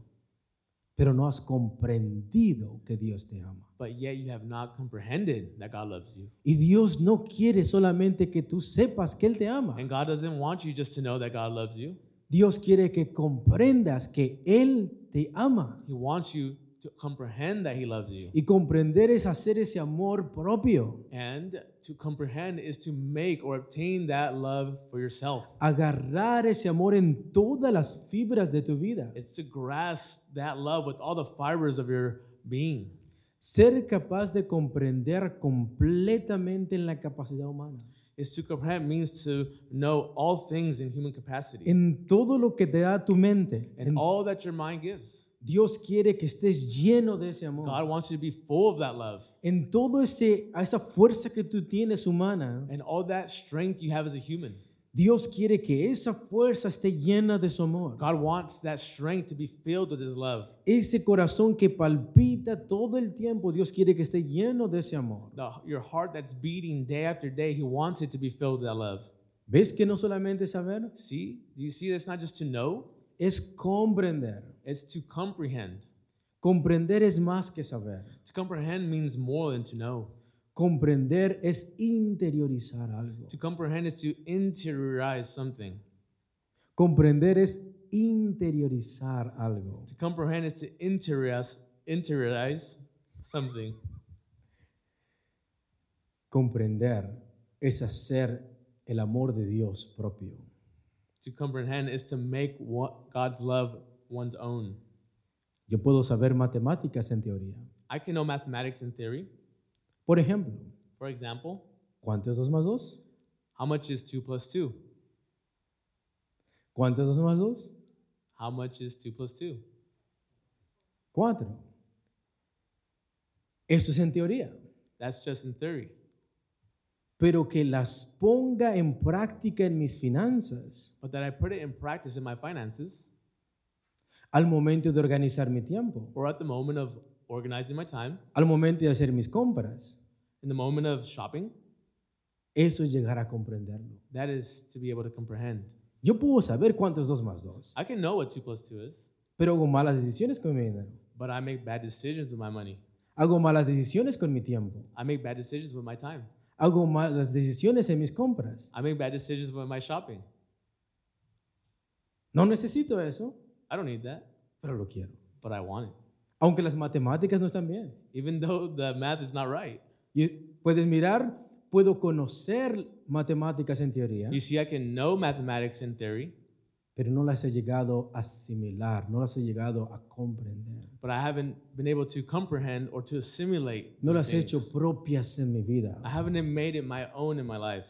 Speaker 1: pero no has comprendido que Dios te ama.
Speaker 2: but yet you have not comprehended that God loves you.
Speaker 1: Y Dios no quiere solamente que tú sepas que Él te ama.
Speaker 2: And God doesn't want you just to know that God loves you.
Speaker 1: Dios quiere que comprendas que Él te ama.
Speaker 2: He wants you to comprehend that He loves you.
Speaker 1: Y comprender es hacer ese amor propio,
Speaker 2: And to comprehend is to make or obtain that love for yourself.
Speaker 1: agarrar ese amor en todas las fibras de tu vida,
Speaker 2: It's to grasp that love with all the fibers of your being.
Speaker 1: ser capaz de comprender completamente en la capacidad humana,
Speaker 2: It's to comprehend means to know all things in human capacity
Speaker 1: en todo lo que te da tu mente.
Speaker 2: and all that your mind gives.
Speaker 1: Dios quiere que estés lleno de ese amor.
Speaker 2: God wants you to be full of that love
Speaker 1: en todo ese a esa fuerza que tú tienes humana,
Speaker 2: and all that strength you have as a human.
Speaker 1: Dios quiere que esa fuerza esté llena de su amor.
Speaker 2: God wants that strength to be filled with His love.
Speaker 1: Ese corazón que palpita todo el tiempo, Dios quiere que esté lleno de ese amor.
Speaker 2: The, your heart that's beating day after day, He wants it to be filled with that love.
Speaker 1: ¿Ves que no solamente saber,
Speaker 2: See? Do you see this? Not just to know,
Speaker 1: es comprender?
Speaker 2: it's to comprehend.
Speaker 1: Comprender es más que saber.
Speaker 2: To comprehend means more than to know.
Speaker 1: Comprender es interiorizar algo.
Speaker 2: To comprehend is to interiorize something.
Speaker 1: Comprender es interiorizar algo.
Speaker 2: To comprehend is to interiorize, interiorize something.
Speaker 1: Comprender es hacer el amor de Dios propio.
Speaker 2: To comprehend is to make what God's love one's own.
Speaker 1: Yo puedo saber matemáticas en teoría.
Speaker 2: I can know mathematics in theory.
Speaker 1: Por ejemplo,
Speaker 2: For example,
Speaker 1: ¿cuánto es 2 más 2?
Speaker 2: How much is 2 plus 2?
Speaker 1: ¿Cuántos dos más dos?
Speaker 2: How much is 2 plus 2?
Speaker 1: Cuatro. Eso es en teoría.
Speaker 2: That's just in theory.
Speaker 1: Pero que las ponga en práctica en mis finanzas
Speaker 2: But that I put it in practice in my finances
Speaker 1: al momento de organizar mi tiempo,
Speaker 2: or at the moment of organizing my time,
Speaker 1: al momento de hacer mis compras.
Speaker 2: in the moment of shopping,
Speaker 1: Eso es llegar a comprenderlo.
Speaker 2: that is to be able to comprehend.
Speaker 1: Yo puedo saber cuántos dos más dos,
Speaker 2: I can know what 2 plus 2 is,
Speaker 1: pero hago malas decisiones con mi dinero.
Speaker 2: but I make bad decisions with my money.
Speaker 1: Hago malas decisiones con mi tiempo.
Speaker 2: I make bad decisions with my time.
Speaker 1: Hago malas decisiones en mis compras.
Speaker 2: I make bad decisions with my shopping.
Speaker 1: No necesito eso,
Speaker 2: I don't need that,
Speaker 1: pero lo quiero.
Speaker 2: but I want it.
Speaker 1: Aunque las matemáticas no están bien.
Speaker 2: Even [LAUGHS] though the math is not right.
Speaker 1: Y puedes mirar, puedo conocer matemáticas en teoría,
Speaker 2: You see, I can know mathematics in theory,
Speaker 1: pero no las he llegado a asimilar, no las he llegado a comprender.
Speaker 2: but I haven't been able to comprehend or to assimilate.
Speaker 1: No
Speaker 2: these
Speaker 1: las he
Speaker 2: things.
Speaker 1: hecho propias en mi vida.
Speaker 2: I haven't made it my own in my life.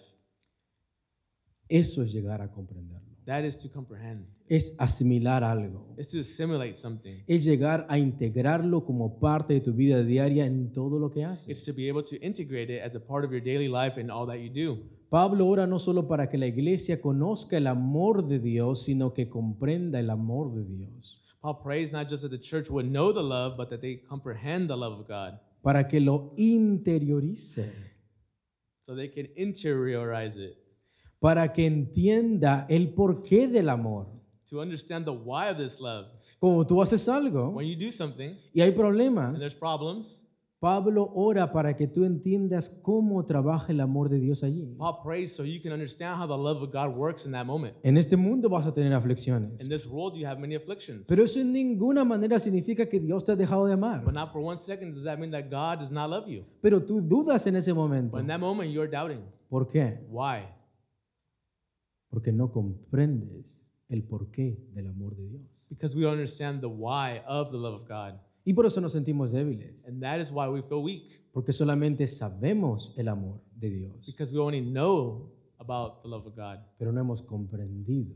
Speaker 1: Eso es llegar a comprenderlo.
Speaker 2: That is to comprehend.
Speaker 1: Es asimilar algo.
Speaker 2: It's to assimilate something.
Speaker 1: Es llegar a integrarlo como parte de tu vida diaria en todo lo que
Speaker 2: It's
Speaker 1: haces.
Speaker 2: to be able to integrate it as a part of your daily life and all that you do.
Speaker 1: Pablo ora no solo para que la iglesia conozca el amor de Dios, sino que comprenda el amor de Dios.
Speaker 2: Paul prays not just that the church would know the love, but that they comprehend the love of God,
Speaker 1: Para que lo interiorice.
Speaker 2: so they can interiorize it
Speaker 1: para que entienda el porqué del amor.
Speaker 2: to understand the why of this love.
Speaker 1: Como tú haces algo
Speaker 2: When you do something
Speaker 1: y hay
Speaker 2: and
Speaker 1: problemas,
Speaker 2: there's problems,
Speaker 1: Pablo ora para que tú entiendas cómo trabaja el amor de Dios allí.
Speaker 2: Paul prays so you can understand how the love of God works in that moment.
Speaker 1: En este mundo vas a tener
Speaker 2: In
Speaker 1: aflicciones,
Speaker 2: this world, you have many afflictions.
Speaker 1: pero eso en ninguna manera significa que Dios te ha dejado de amar.
Speaker 2: But not for one second does that mean that God does not love you.
Speaker 1: Pero tú dudas en ese momento.
Speaker 2: But in that moment, you're doubting.
Speaker 1: ¿Por qué?
Speaker 2: Why?
Speaker 1: Porque no comprendes el porqué del amor de Dios.
Speaker 2: Because we don't understand the why of the love of God.
Speaker 1: Y por eso nos sentimos débiles,
Speaker 2: And that is why we feel weak,
Speaker 1: porque solamente sabemos el amor de Dios,
Speaker 2: because we only know about the love of God,
Speaker 1: pero no hemos comprendido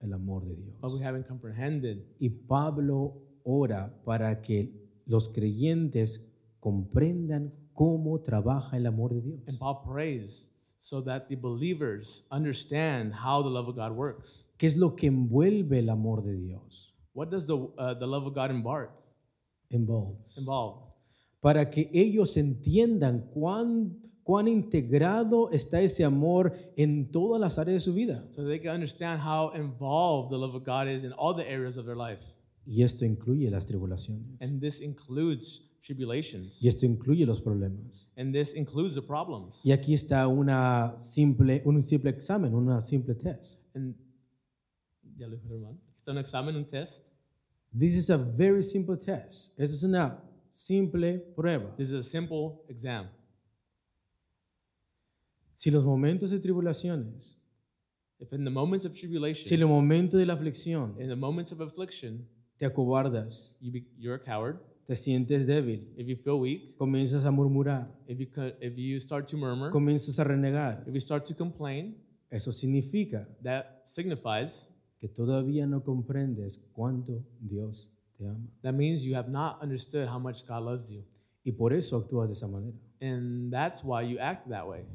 Speaker 1: el amor de Dios.
Speaker 2: but we haven't comprehended.
Speaker 1: Y Pablo ora para que los creyentes comprendan cómo trabaja el amor de
Speaker 2: And
Speaker 1: Dios.
Speaker 2: Paul prays so that the believers understand how the love of God works.
Speaker 1: ¿Qué es lo que envuelve el amor de Dios?
Speaker 2: What does the, uh, the love of God embark,
Speaker 1: Envolves.
Speaker 2: involve?
Speaker 1: Para que ellos entiendan cuán, cuán integrado está ese amor en todas las áreas de su vida.
Speaker 2: So they can understand how involved the love of God is in all the areas of their life.
Speaker 1: Y esto incluye las tribulaciones.
Speaker 2: And this includes tribulations.
Speaker 1: Y esto incluye los problemas.
Speaker 2: And this includes the problems.
Speaker 1: Y aquí está una simple, un simple examen, una simple test.
Speaker 2: And ya lo dijo el hermano. Está un examen, un test.
Speaker 1: This is a very simple test. Esa es una simple prueba.
Speaker 2: This is a simple exam.
Speaker 1: Si los momentos de tribulaciones,
Speaker 2: If in the moments of tribulation,
Speaker 1: si en el momento de la aflicción
Speaker 2: in the moments of affliction,
Speaker 1: te acobardas,
Speaker 2: you be, you're a coward,
Speaker 1: te sientes débil,
Speaker 2: if you feel weak,
Speaker 1: comienzas a murmurar,
Speaker 2: if you co- if you start to murmur,
Speaker 1: comienzas a renegar,
Speaker 2: if you start to complain,
Speaker 1: eso significa
Speaker 2: that signifies
Speaker 1: que todavía no comprendes cuánto Dios te ama.
Speaker 2: that means you have not understood how much God loves you,
Speaker 1: Y por eso actúas de esa manera.
Speaker 2: and that's why you act that way.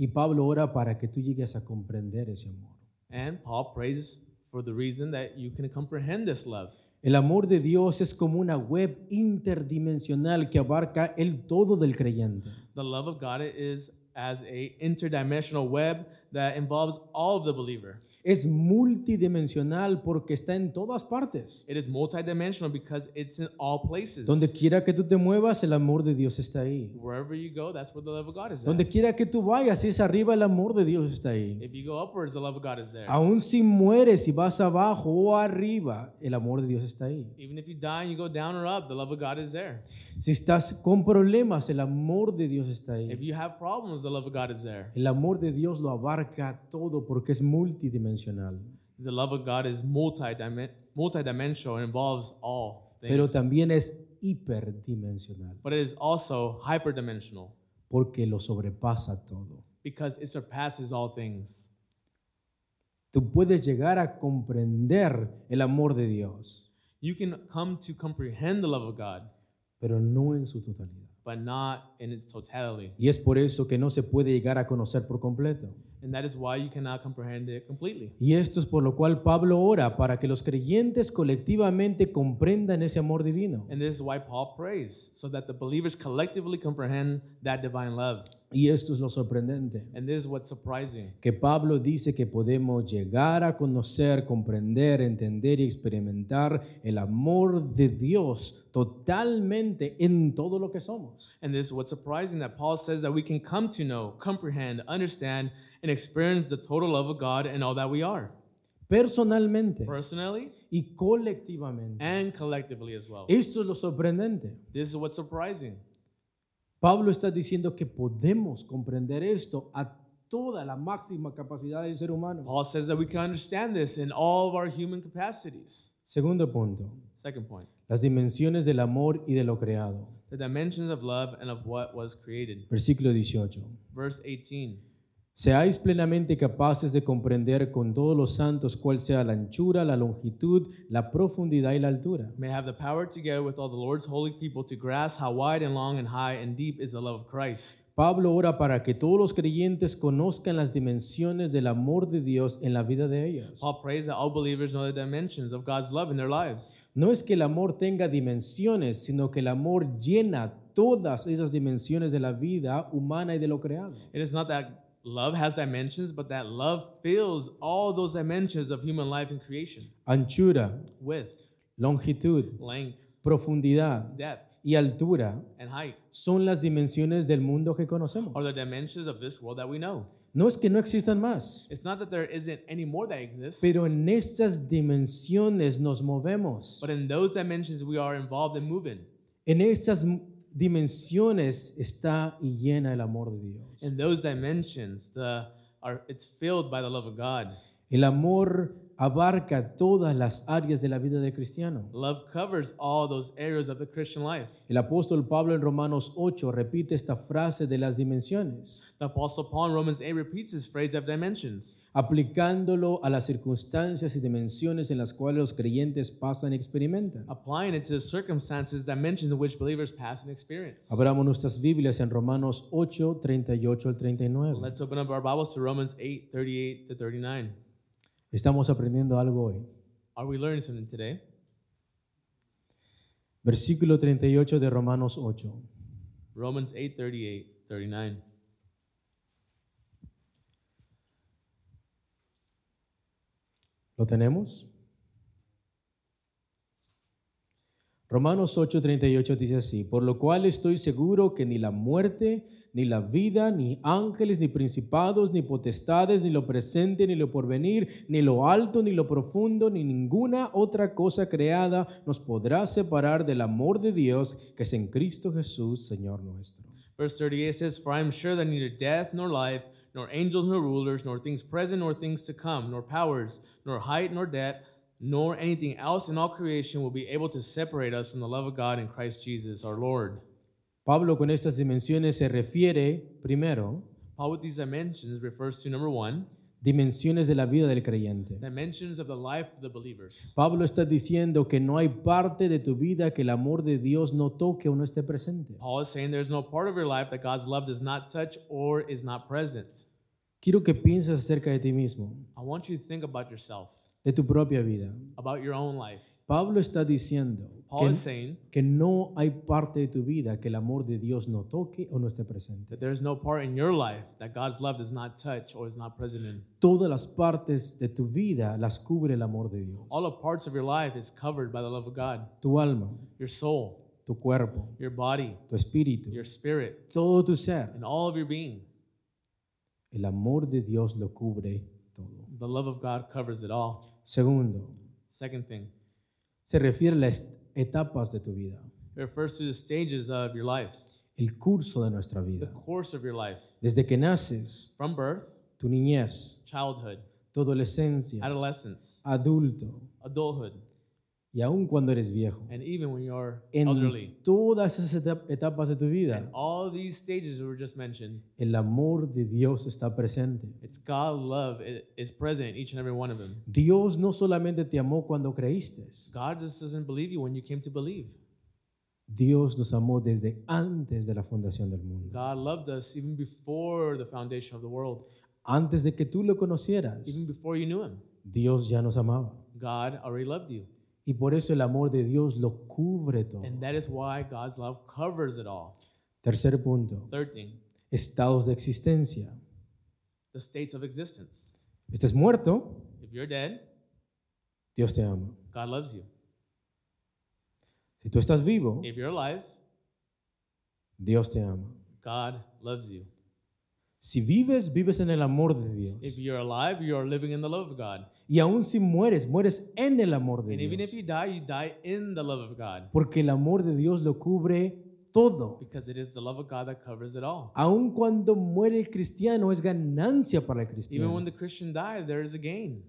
Speaker 1: Y Pablo ora para que tú llegues a comprender ese amor.
Speaker 2: And Paul prays for the reason that you can comprehend this love.
Speaker 1: El amor de Dios es como una web interdimensional que abarca el todo del creyente.
Speaker 2: The love of God is as a interdimensional web that involves all of the believer.
Speaker 1: Es multidimensional porque está en todas partes.
Speaker 2: It is multidimensional because it's in all places.
Speaker 1: Donde quiera que tú te muevas, el amor de Dios está ahí.
Speaker 2: Wherever you go, that's where the love of God is.
Speaker 1: Donde
Speaker 2: At.
Speaker 1: quiera que tú vayas, si es arriba, el amor de Dios está ahí.
Speaker 2: If you go upwards, the love of God is there.
Speaker 1: Aún si mueres y vas abajo o arriba, el amor de Dios está ahí.
Speaker 2: Even if you die and you go down or up, the love of God is there.
Speaker 1: Si estás con problemas, el amor de Dios está
Speaker 2: If
Speaker 1: ahí.
Speaker 2: you have problems, the love of God is there.
Speaker 1: El amor de Dios lo abarca todo porque es multidimensional.
Speaker 2: The love of God is multidimen- multidimensional and involves all things.
Speaker 1: Pero también es hiperdimensional
Speaker 2: but it is also hyperdimensional
Speaker 1: porque lo sobrepasa todo.
Speaker 2: because it surpasses all things.
Speaker 1: Tú puedes llegar a comprender el amor de Dios,
Speaker 2: You can come to comprehend the love of God,
Speaker 1: pero no en su totalidad.
Speaker 2: but not in its totality.
Speaker 1: Y es por eso que no se puede llegar a conocer por completo.
Speaker 2: And that is why you cannot comprehend it completely.
Speaker 1: Y esto es por lo cual Pablo ora para que los creyentes colectivamente comprendan ese amor divino.
Speaker 2: And this is why Paul prays, so that the believers collectively comprehend that divine love.
Speaker 1: Y esto es lo sorprendente,
Speaker 2: And this is what's surprising
Speaker 1: que Pablo dice que podemos llegar a conocer, comprender, entender y experimentar el amor de Dios totalmente en todo lo que somos.
Speaker 2: And this is what's surprising that Paul says that we can come to know, comprehend, understand, and experience the total love of God and all that we are,
Speaker 1: Personalmente
Speaker 2: personally
Speaker 1: y colectivamente.
Speaker 2: and collectively as well.
Speaker 1: Esto es lo sorprendente.
Speaker 2: This is what's surprising.
Speaker 1: Pablo está diciendo que podemos comprender esto a toda la máxima capacidad del ser humano.
Speaker 2: Paul says that we can understand this in all of our human capacities.
Speaker 1: Segundo punto,
Speaker 2: Second point
Speaker 1: las dimensiones del amor y de lo creado.
Speaker 2: the dimensions of love and of what was created.
Speaker 1: Versículo 18.
Speaker 2: Verse 18
Speaker 1: Seáis plenamente capaces de comprender con todos los santos cuál sea la anchura, la longitud, la profundidad y la altura.
Speaker 2: may have the power together with all the Lord's holy people to grasp how wide and long and high and deep is the love of Christ.
Speaker 1: Pablo ora para que todos los creyentes conozcan las dimensiones del amor de Dios en la vida de ellos.
Speaker 2: Paul prays that all believers know the dimensions of God's love in their lives.
Speaker 1: No es que el amor tenga dimensiones, sino que el amor llena todas esas dimensiones de la vida humana y de lo creado.
Speaker 2: It is not that love has dimensions, but that love fills all those dimensions of human life and creation
Speaker 1: Anchura,
Speaker 2: with
Speaker 1: longitud,
Speaker 2: length,
Speaker 1: profundidad
Speaker 2: depth,
Speaker 1: y altura
Speaker 2: and height
Speaker 1: son las dimensiones del mundo que conocemos.
Speaker 2: are the dimensions of this world that we know.
Speaker 1: No es que no existan más,
Speaker 2: It's not that there isn't any more that exists,
Speaker 1: pero en estas dimensiones nos movemos.
Speaker 2: but in those dimensions we are involved and moving.
Speaker 1: En estas m- dimensiones está y llena el amor de Dios.
Speaker 2: In those dimensions, the are it's filled by the love of God.
Speaker 1: El amor abarca todas las áreas de la vida del cristiano.
Speaker 2: Love covers all those areas of the Christian life.
Speaker 1: El apóstol Pablo en Romanos 8 repite esta frase de las dimensiones,
Speaker 2: The Apostle Paul in Romans 8 repeats this phrase of dimensions.
Speaker 1: aplicándolo a las circunstancias y dimensiones en las cuales los creyentes pasan y experimentan.
Speaker 2: applying it to the circumstances, dimensions in which believers pass and experience.
Speaker 1: Abramos nuestras Biblias en Romanos 8, 38 al 39.
Speaker 2: Let's open up our Bibles to Romans 8 38 to 39.
Speaker 1: Estamos aprendiendo algo hoy.
Speaker 2: Are we learning something today?
Speaker 1: Versículo 38 de Romanos 8.
Speaker 2: Romans 8 38 39.
Speaker 1: ¿Lo tenemos? Romanos 8:38 dice así, por lo cual estoy seguro que ni la muerte, ni la vida, ni ángeles, ni principados, ni potestades, ni lo presente, ni lo porvenir, ni lo alto, ni lo profundo, ni ninguna otra cosa creada nos podrá separar del amor de Dios que es en Cristo Jesús, Señor nuestro.
Speaker 2: Verse 38 says, For I am sure that neither death nor life, nor angels nor rulers, nor things present nor things to come, nor powers, nor height nor depth, nor anything else in all creation will be able to separate us from the love of God in Christ Jesus our Lord.
Speaker 1: Pablo con estas dimensiones se refiere, primero,
Speaker 2: Paul with these dimensions refers to number one,
Speaker 1: dimensiones de la vida del creyente.
Speaker 2: dimensions of the life of the believers.
Speaker 1: Pablo está diciendo que no hay parte de tu vida que el amor de Dios no toque o no esté presente.
Speaker 2: Paul is saying there's no part of your life that God's love does not touch or is not present.
Speaker 1: Quiero que pienses acerca de ti mismo,
Speaker 2: I want you to think about yourself,
Speaker 1: de tu propia vida.
Speaker 2: about your own life.
Speaker 1: Pablo está diciendo
Speaker 2: Paul
Speaker 1: que,
Speaker 2: is saying
Speaker 1: que no hay parte de tu vida que el amor de Dios no toque o no esté presente.
Speaker 2: that there's no part in your life that God's love does not touch or is not present in.
Speaker 1: Todas las partes de tu vida las cubre el amor de Dios.
Speaker 2: All the parts of your life is covered by the love of God.
Speaker 1: Tu alma,
Speaker 2: Your soul,
Speaker 1: tu cuerpo,
Speaker 2: your body,
Speaker 1: tu espíritu,
Speaker 2: your spirit,
Speaker 1: todo tu ser.
Speaker 2: and all of your being.
Speaker 1: El amor de Dios lo cubre todo.
Speaker 2: The love of God covers it all.
Speaker 1: Segundo,
Speaker 2: Second thing,
Speaker 1: se refiere a las etapas de tu vida.
Speaker 2: it refers to the stages of your life,
Speaker 1: el curso de nuestra
Speaker 2: the
Speaker 1: vida.
Speaker 2: course of your life,
Speaker 1: Desde que naces,
Speaker 2: from birth,
Speaker 1: tu niñez,
Speaker 2: childhood,
Speaker 1: tu adolescencia,
Speaker 2: adolescence,
Speaker 1: adulto,
Speaker 2: adulthood,
Speaker 1: y aun cuando eres viejo,
Speaker 2: and even when you're elderly.
Speaker 1: en todas esas eta- etapas de tu vida,
Speaker 2: All these stages that were just mentioned,
Speaker 1: el amor de Dios está presente.
Speaker 2: it's God love i- is present in each and every one of them.
Speaker 1: Dios no solamente te amó cuando creíste,
Speaker 2: God just doesn't believe you when you came to believe.
Speaker 1: Dios nos amó desde antes de la fundación del mundo.
Speaker 2: God loved us even before the foundation of the world,
Speaker 1: Antes de que tú lo conocieras,
Speaker 2: even before you knew Him.
Speaker 1: Dios ya nos amaba.
Speaker 2: God already loved you.
Speaker 1: Y por eso el amor de Dios lo cubre todo.
Speaker 2: And that is why God's love covers it all.
Speaker 1: Tercer punto,
Speaker 2: Third thing,
Speaker 1: estados de existencia.
Speaker 2: the states of existence.
Speaker 1: Estás muerto,
Speaker 2: If you're dead,
Speaker 1: Dios te ama.
Speaker 2: God loves you.
Speaker 1: Si tú estás vivo,
Speaker 2: If you're alive,
Speaker 1: Dios te ama.
Speaker 2: God loves you.
Speaker 1: Si vives, vives en el amor de Dios.
Speaker 2: If you're alive, you are living in the love of God.
Speaker 1: Y aun si mueres, mueres en el amor de
Speaker 2: And even if
Speaker 1: Dios.
Speaker 2: you die, you die in the love of God
Speaker 1: Porque el amor de Dios lo cubre todo.
Speaker 2: because it is the love of God that covers it all.
Speaker 1: Aun cuando muere el cristiano, es ganancia para el
Speaker 2: Even when
Speaker 1: cristiano.
Speaker 2: the Christian dies, there is a gain.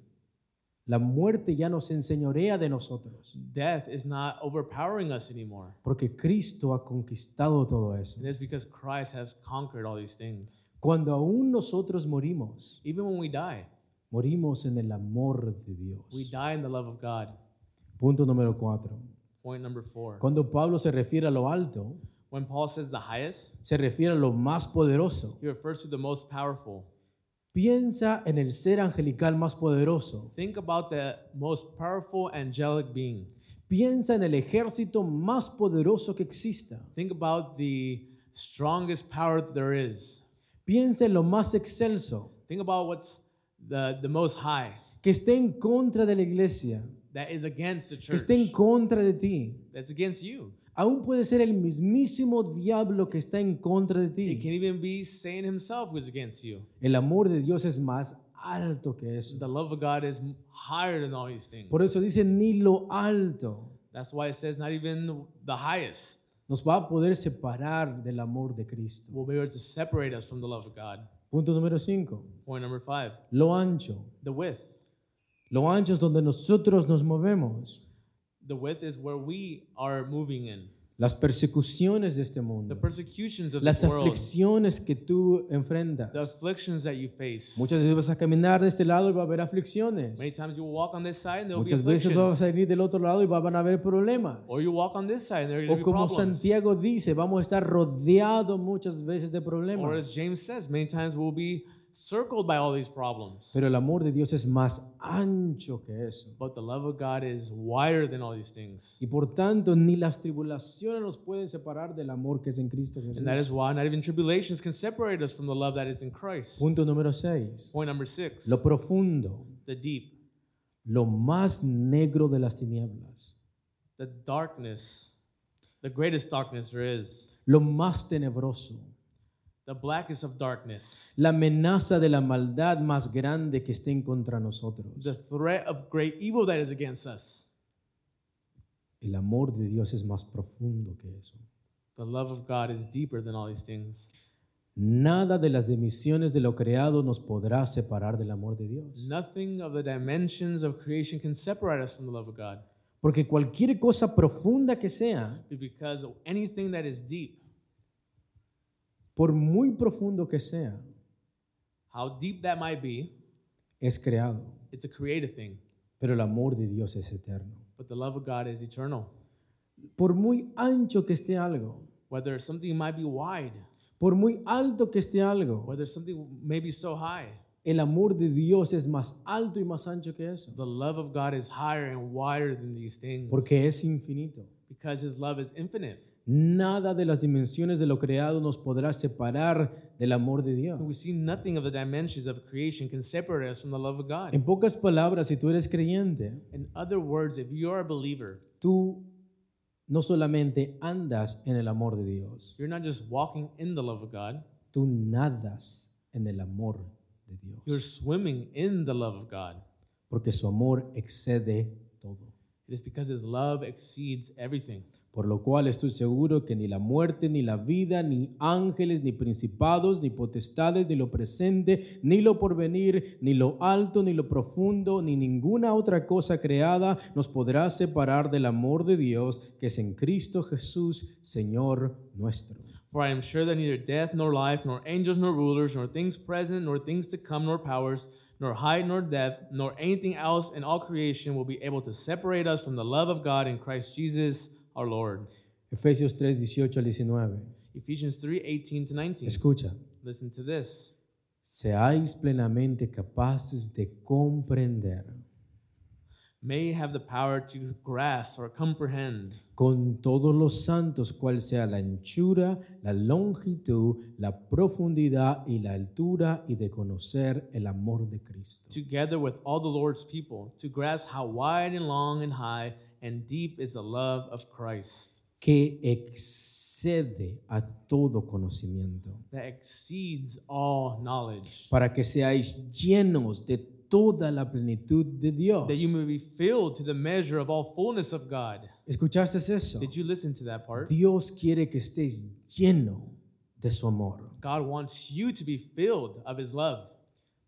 Speaker 1: La muerte ya nos enseñorea de nosotros.
Speaker 2: Death is not overpowering us anymore.
Speaker 1: Porque Cristo ha conquistado todo eso.
Speaker 2: And it's because Christ has conquered all these things.
Speaker 1: Cuando aún nosotros morimos,
Speaker 2: Even when we die,
Speaker 1: morimos en el amor de
Speaker 2: we
Speaker 1: Dios.
Speaker 2: die in the love of God.
Speaker 1: Punto número cuatro.
Speaker 2: Point number four.
Speaker 1: Cuando Pablo se refiere a lo alto,
Speaker 2: When Paul says the highest,
Speaker 1: se refiere a lo más poderoso.
Speaker 2: he refers to the most powerful.
Speaker 1: Piensa en el ser angelical más poderoso.
Speaker 2: Think about the most powerful angelic being.
Speaker 1: Piensa en el ejército más poderoso que exista.
Speaker 2: Think about the strongest power that there is.
Speaker 1: Piensa en lo más excelso,
Speaker 2: Think about what's the, the most high
Speaker 1: que esté en contra de la iglesia,
Speaker 2: that is against the
Speaker 1: que
Speaker 2: church,
Speaker 1: esté en contra de ti.
Speaker 2: that's against you.
Speaker 1: Aún puede ser el mismísimo diablo que está en contra de
Speaker 2: It can
Speaker 1: ti.
Speaker 2: even be Satan himself who's against you.
Speaker 1: El amor de Dios es más alto que eso.
Speaker 2: The love of God is higher than all these things.
Speaker 1: Por eso dice ni lo alto
Speaker 2: That's why it says not even the highest
Speaker 1: nos va a poder separar del amor de Cristo.
Speaker 2: will be able to separate us from the love of God.
Speaker 1: Punto número 5.
Speaker 2: Point number five,
Speaker 1: Lo ancho.
Speaker 2: the width.
Speaker 1: Lo ancho es donde nosotros nos movemos.
Speaker 2: The width is where we are moving in.
Speaker 1: Las persecuciones de este
Speaker 2: The
Speaker 1: mundo.
Speaker 2: persecutions of
Speaker 1: Las
Speaker 2: this world,
Speaker 1: aflicciones que tú
Speaker 2: the
Speaker 1: enfrentas.
Speaker 2: afflictions that you face.
Speaker 1: Muchas veces vas a caminar de este lado y va a haber aflicciones.
Speaker 2: Many times you will walk on this side and there will be
Speaker 1: Muchas veces vas a
Speaker 2: afflictions.
Speaker 1: venir del otro lado y va- van a haber problemas.
Speaker 2: Or you walk on this side and there are going
Speaker 1: O
Speaker 2: to be
Speaker 1: como
Speaker 2: problems.
Speaker 1: Santiago dice, vamos a estar rodeados muchas veces de
Speaker 2: Or
Speaker 1: problemas.
Speaker 2: as James says, many times we'll be circled by all these problems.
Speaker 1: Pero el amor de Dios es más ancho que eso.
Speaker 2: But the love of God is wider than all these things.
Speaker 1: Y por tanto, ni las tribulaciones nos pueden separar del amor que es en Cristo Jesús.
Speaker 2: And that is why not even tribulations can separate us from the love that is in Christ.
Speaker 1: Punto número 6.
Speaker 2: Point number six,
Speaker 1: Lo profundo,
Speaker 2: the deep,
Speaker 1: lo más negro de las tinieblas,
Speaker 2: the darkness, the greatest darkness there is,
Speaker 1: lo más tenebroso,
Speaker 2: the blackest of darkness,
Speaker 1: la amenaza de la maldad más grande que estén contra
Speaker 2: the
Speaker 1: nosotros.
Speaker 2: threat of great evil that is against us.
Speaker 1: El amor de Dios es más profundo que eso.
Speaker 2: The love of God is deeper than all these things.
Speaker 1: Nada de las demisiones de lo creado nos podrá separar del amor de Dios.
Speaker 2: Nothing of the dimensions of creation can separate us from the love of God.
Speaker 1: Porque cualquier cosa profunda que sea,
Speaker 2: Because anything that is deep,
Speaker 1: por muy profundo que sea,
Speaker 2: how deep that might be,
Speaker 1: es creado.
Speaker 2: it's a creative thing.
Speaker 1: Pero el amor de Dios es eterno.
Speaker 2: But the love of God is eternal.
Speaker 1: Por muy ancho que esté algo,
Speaker 2: Whether something might be wide,
Speaker 1: por muy alto que esté algo,
Speaker 2: whether something may be so high,
Speaker 1: el amor de Dios es más alto y más ancho que eso.
Speaker 2: the love of God is higher and wider than these things.
Speaker 1: Porque es infinito.
Speaker 2: Because his love is infinite.
Speaker 1: Nada de las dimensiones de lo creado nos podrá separar del amor de Dios.
Speaker 2: And we see nothing of the dimensions of creation can separate us from the love of God.
Speaker 1: En pocas palabras, si tú eres creyente,
Speaker 2: In other words, if you are a believer,
Speaker 1: tú no solamente andas en el amor de Dios,
Speaker 2: you're not just walking in the love of God,
Speaker 1: tú nadas en el amor de
Speaker 2: you're
Speaker 1: Dios.
Speaker 2: swimming in the love of God.
Speaker 1: Porque su amor excede todo.
Speaker 2: It is because his love exceeds everything.
Speaker 1: Por lo cual estoy seguro que ni la muerte, ni la vida, ni ángeles, ni principados, ni potestades, ni lo presente, ni lo porvenir, ni lo alto, ni lo profundo, ni ninguna otra cosa creada nos podrá separar del amor de Dios que es en Cristo Jesús, Señor nuestro.
Speaker 2: For I am sure that neither death nor life, nor angels nor rulers, nor things present, nor things to come, nor powers, nor height nor depth, nor anything else in all creation will be able to separate us from the love of God in Christ Jesus our Lord.
Speaker 1: Efesios 3, 18 al 19.
Speaker 2: Ephesians 3 18 to 19.
Speaker 1: Escucha,
Speaker 2: Listen to this.
Speaker 1: seáis plenamente capaces de comprender
Speaker 2: May you have the power to grasp or comprehend
Speaker 1: con todos los santos cuál sea la anchura, la longitud, la profundidad y la altura y de conocer el amor de Cristo.
Speaker 2: together with all the Lord's people, to grasp how wide and long and high and deep is the love of Christ
Speaker 1: que excede a todo conocimiento,
Speaker 2: that exceeds all knowledge,
Speaker 1: para que seáis llenos de toda la plenitud de Dios.
Speaker 2: that you may be filled to the measure of all fullness of God.
Speaker 1: ¿Escuchaste eso?
Speaker 2: Did you listen to that part?
Speaker 1: Dios quiere que estés lleno de su amor.
Speaker 2: God wants you to be filled of his love.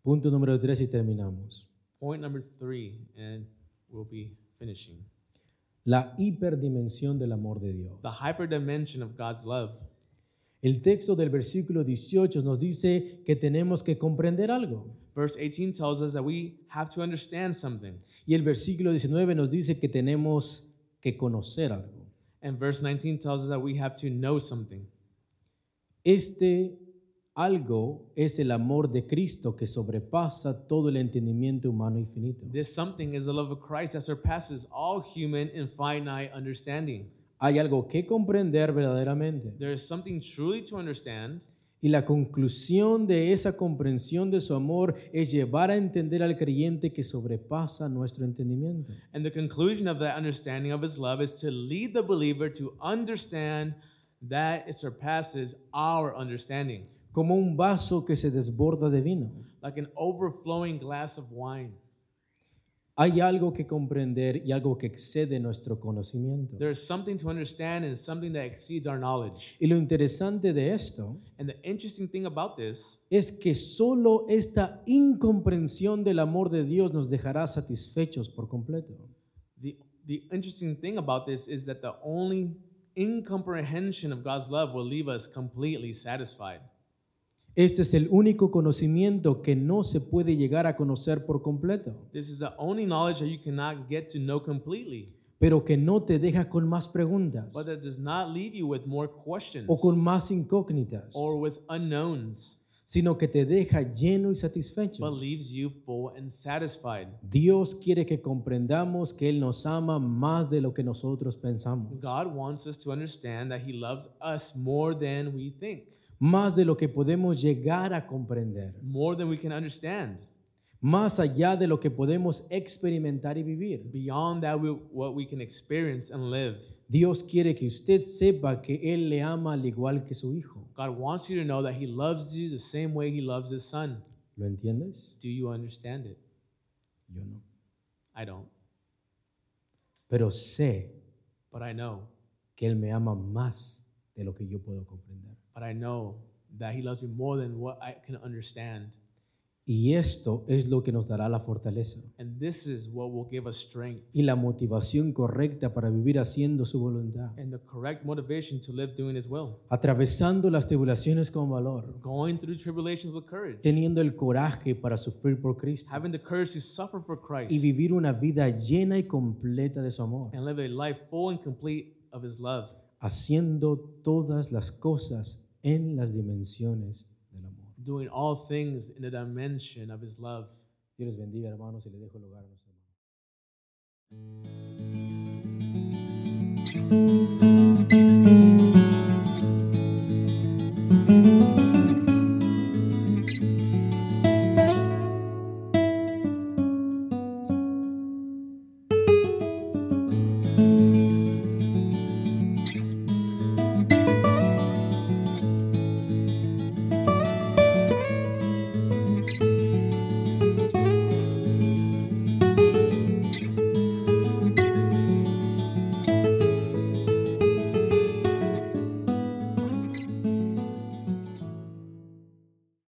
Speaker 1: Punto número tres y terminamos.
Speaker 2: Point number three, and we'll be finishing.
Speaker 1: La hiperdimensión del amor de Dios.
Speaker 2: The hyperdimension of God's love.
Speaker 1: El texto del versículo 18 nos dice que tenemos que comprender algo.
Speaker 2: Verse 18 tells us that we have to understand something.
Speaker 1: Y el versículo 19 nos dice que tenemos que conocer algo.
Speaker 2: And verse 19 tells us that we have to know something.
Speaker 1: Este algo es el amor de Cristo que sobrepasa todo el entendimiento humano infinito.
Speaker 2: This something is the love of Christ that surpasses all human and finite understanding.
Speaker 1: Hay algo que comprender verdaderamente.
Speaker 2: There is something truly to understand,
Speaker 1: Y la conclusión de esa comprensión de su amor es llevar a entender al creyente que sobrepasa nuestro entendimiento.
Speaker 2: and the conclusion of that understanding of his love is to lead the believer to understand that it surpasses our understanding,
Speaker 1: Como un vaso que se desborda de vino.
Speaker 2: like an overflowing glass of wine.
Speaker 1: Hay algo que comprender y algo que excede nuestro conocimiento.
Speaker 2: There is something to understand and something that exceeds our knowledge.
Speaker 1: Y lo interesante de esto
Speaker 2: And the interesting thing about this
Speaker 1: es que solo esta incomprensión del amor de Dios nos dejará satisfechos por completo.
Speaker 2: the the interesting thing about this is that the only incomprehension of God's love will leave us completely satisfied.
Speaker 1: Este es el único conocimiento que no se puede llegar a conocer por completo,
Speaker 2: This is the only knowledge that you cannot get to know completely,
Speaker 1: pero que no te deja con más preguntas
Speaker 2: but that does not leave you with more questions
Speaker 1: o con más incógnitas,
Speaker 2: or with unknowns,
Speaker 1: sino que te deja lleno y
Speaker 2: but
Speaker 1: satisfecho.
Speaker 2: leaves you full and satisfied.
Speaker 1: Dios quiere que comprendamos que Él nos ama más de lo que nosotros pensamos,
Speaker 2: God wants us to understand that He loves us more than we think,
Speaker 1: más de lo que podemos llegar a comprender,
Speaker 2: more than we can understand,
Speaker 1: más allá de lo que podemos experimentar y vivir.
Speaker 2: beyond that we, what we can experience and live.
Speaker 1: Dios quiere que usted sepa que Él le ama al igual que su hijo.
Speaker 2: God wants you to know that He loves you the same way He loves His Son.
Speaker 1: ¿Lo entiendes?
Speaker 2: Do you understand it?
Speaker 1: Yo no.
Speaker 2: I don't,
Speaker 1: Pero sé
Speaker 2: but I know.
Speaker 1: que Él me ama más de lo que yo puedo comprender.
Speaker 2: But I know that He loves me more than what I can understand.
Speaker 1: Y esto es lo que nos dará la fortaleza
Speaker 2: And this is what will give us strength
Speaker 1: y la motivación correcta para vivir haciendo su voluntad,
Speaker 2: and the correct motivation to live doing His will.
Speaker 1: atravesando las tribulaciones con valor,
Speaker 2: Going through tribulations with courage,
Speaker 1: teniendo el coraje para sufrir por Cristo
Speaker 2: having the courage to suffer for Christ,
Speaker 1: y vivir una vida llena y completa de su amor,
Speaker 2: and live a life full and complete of His love,
Speaker 1: haciendo todas las cosas en las dimensiones del amor.
Speaker 2: doing all things in the dimension of His love.
Speaker 1: Dios les bendiga, hermanos, y les dejo el hogar a nuestros hermanos.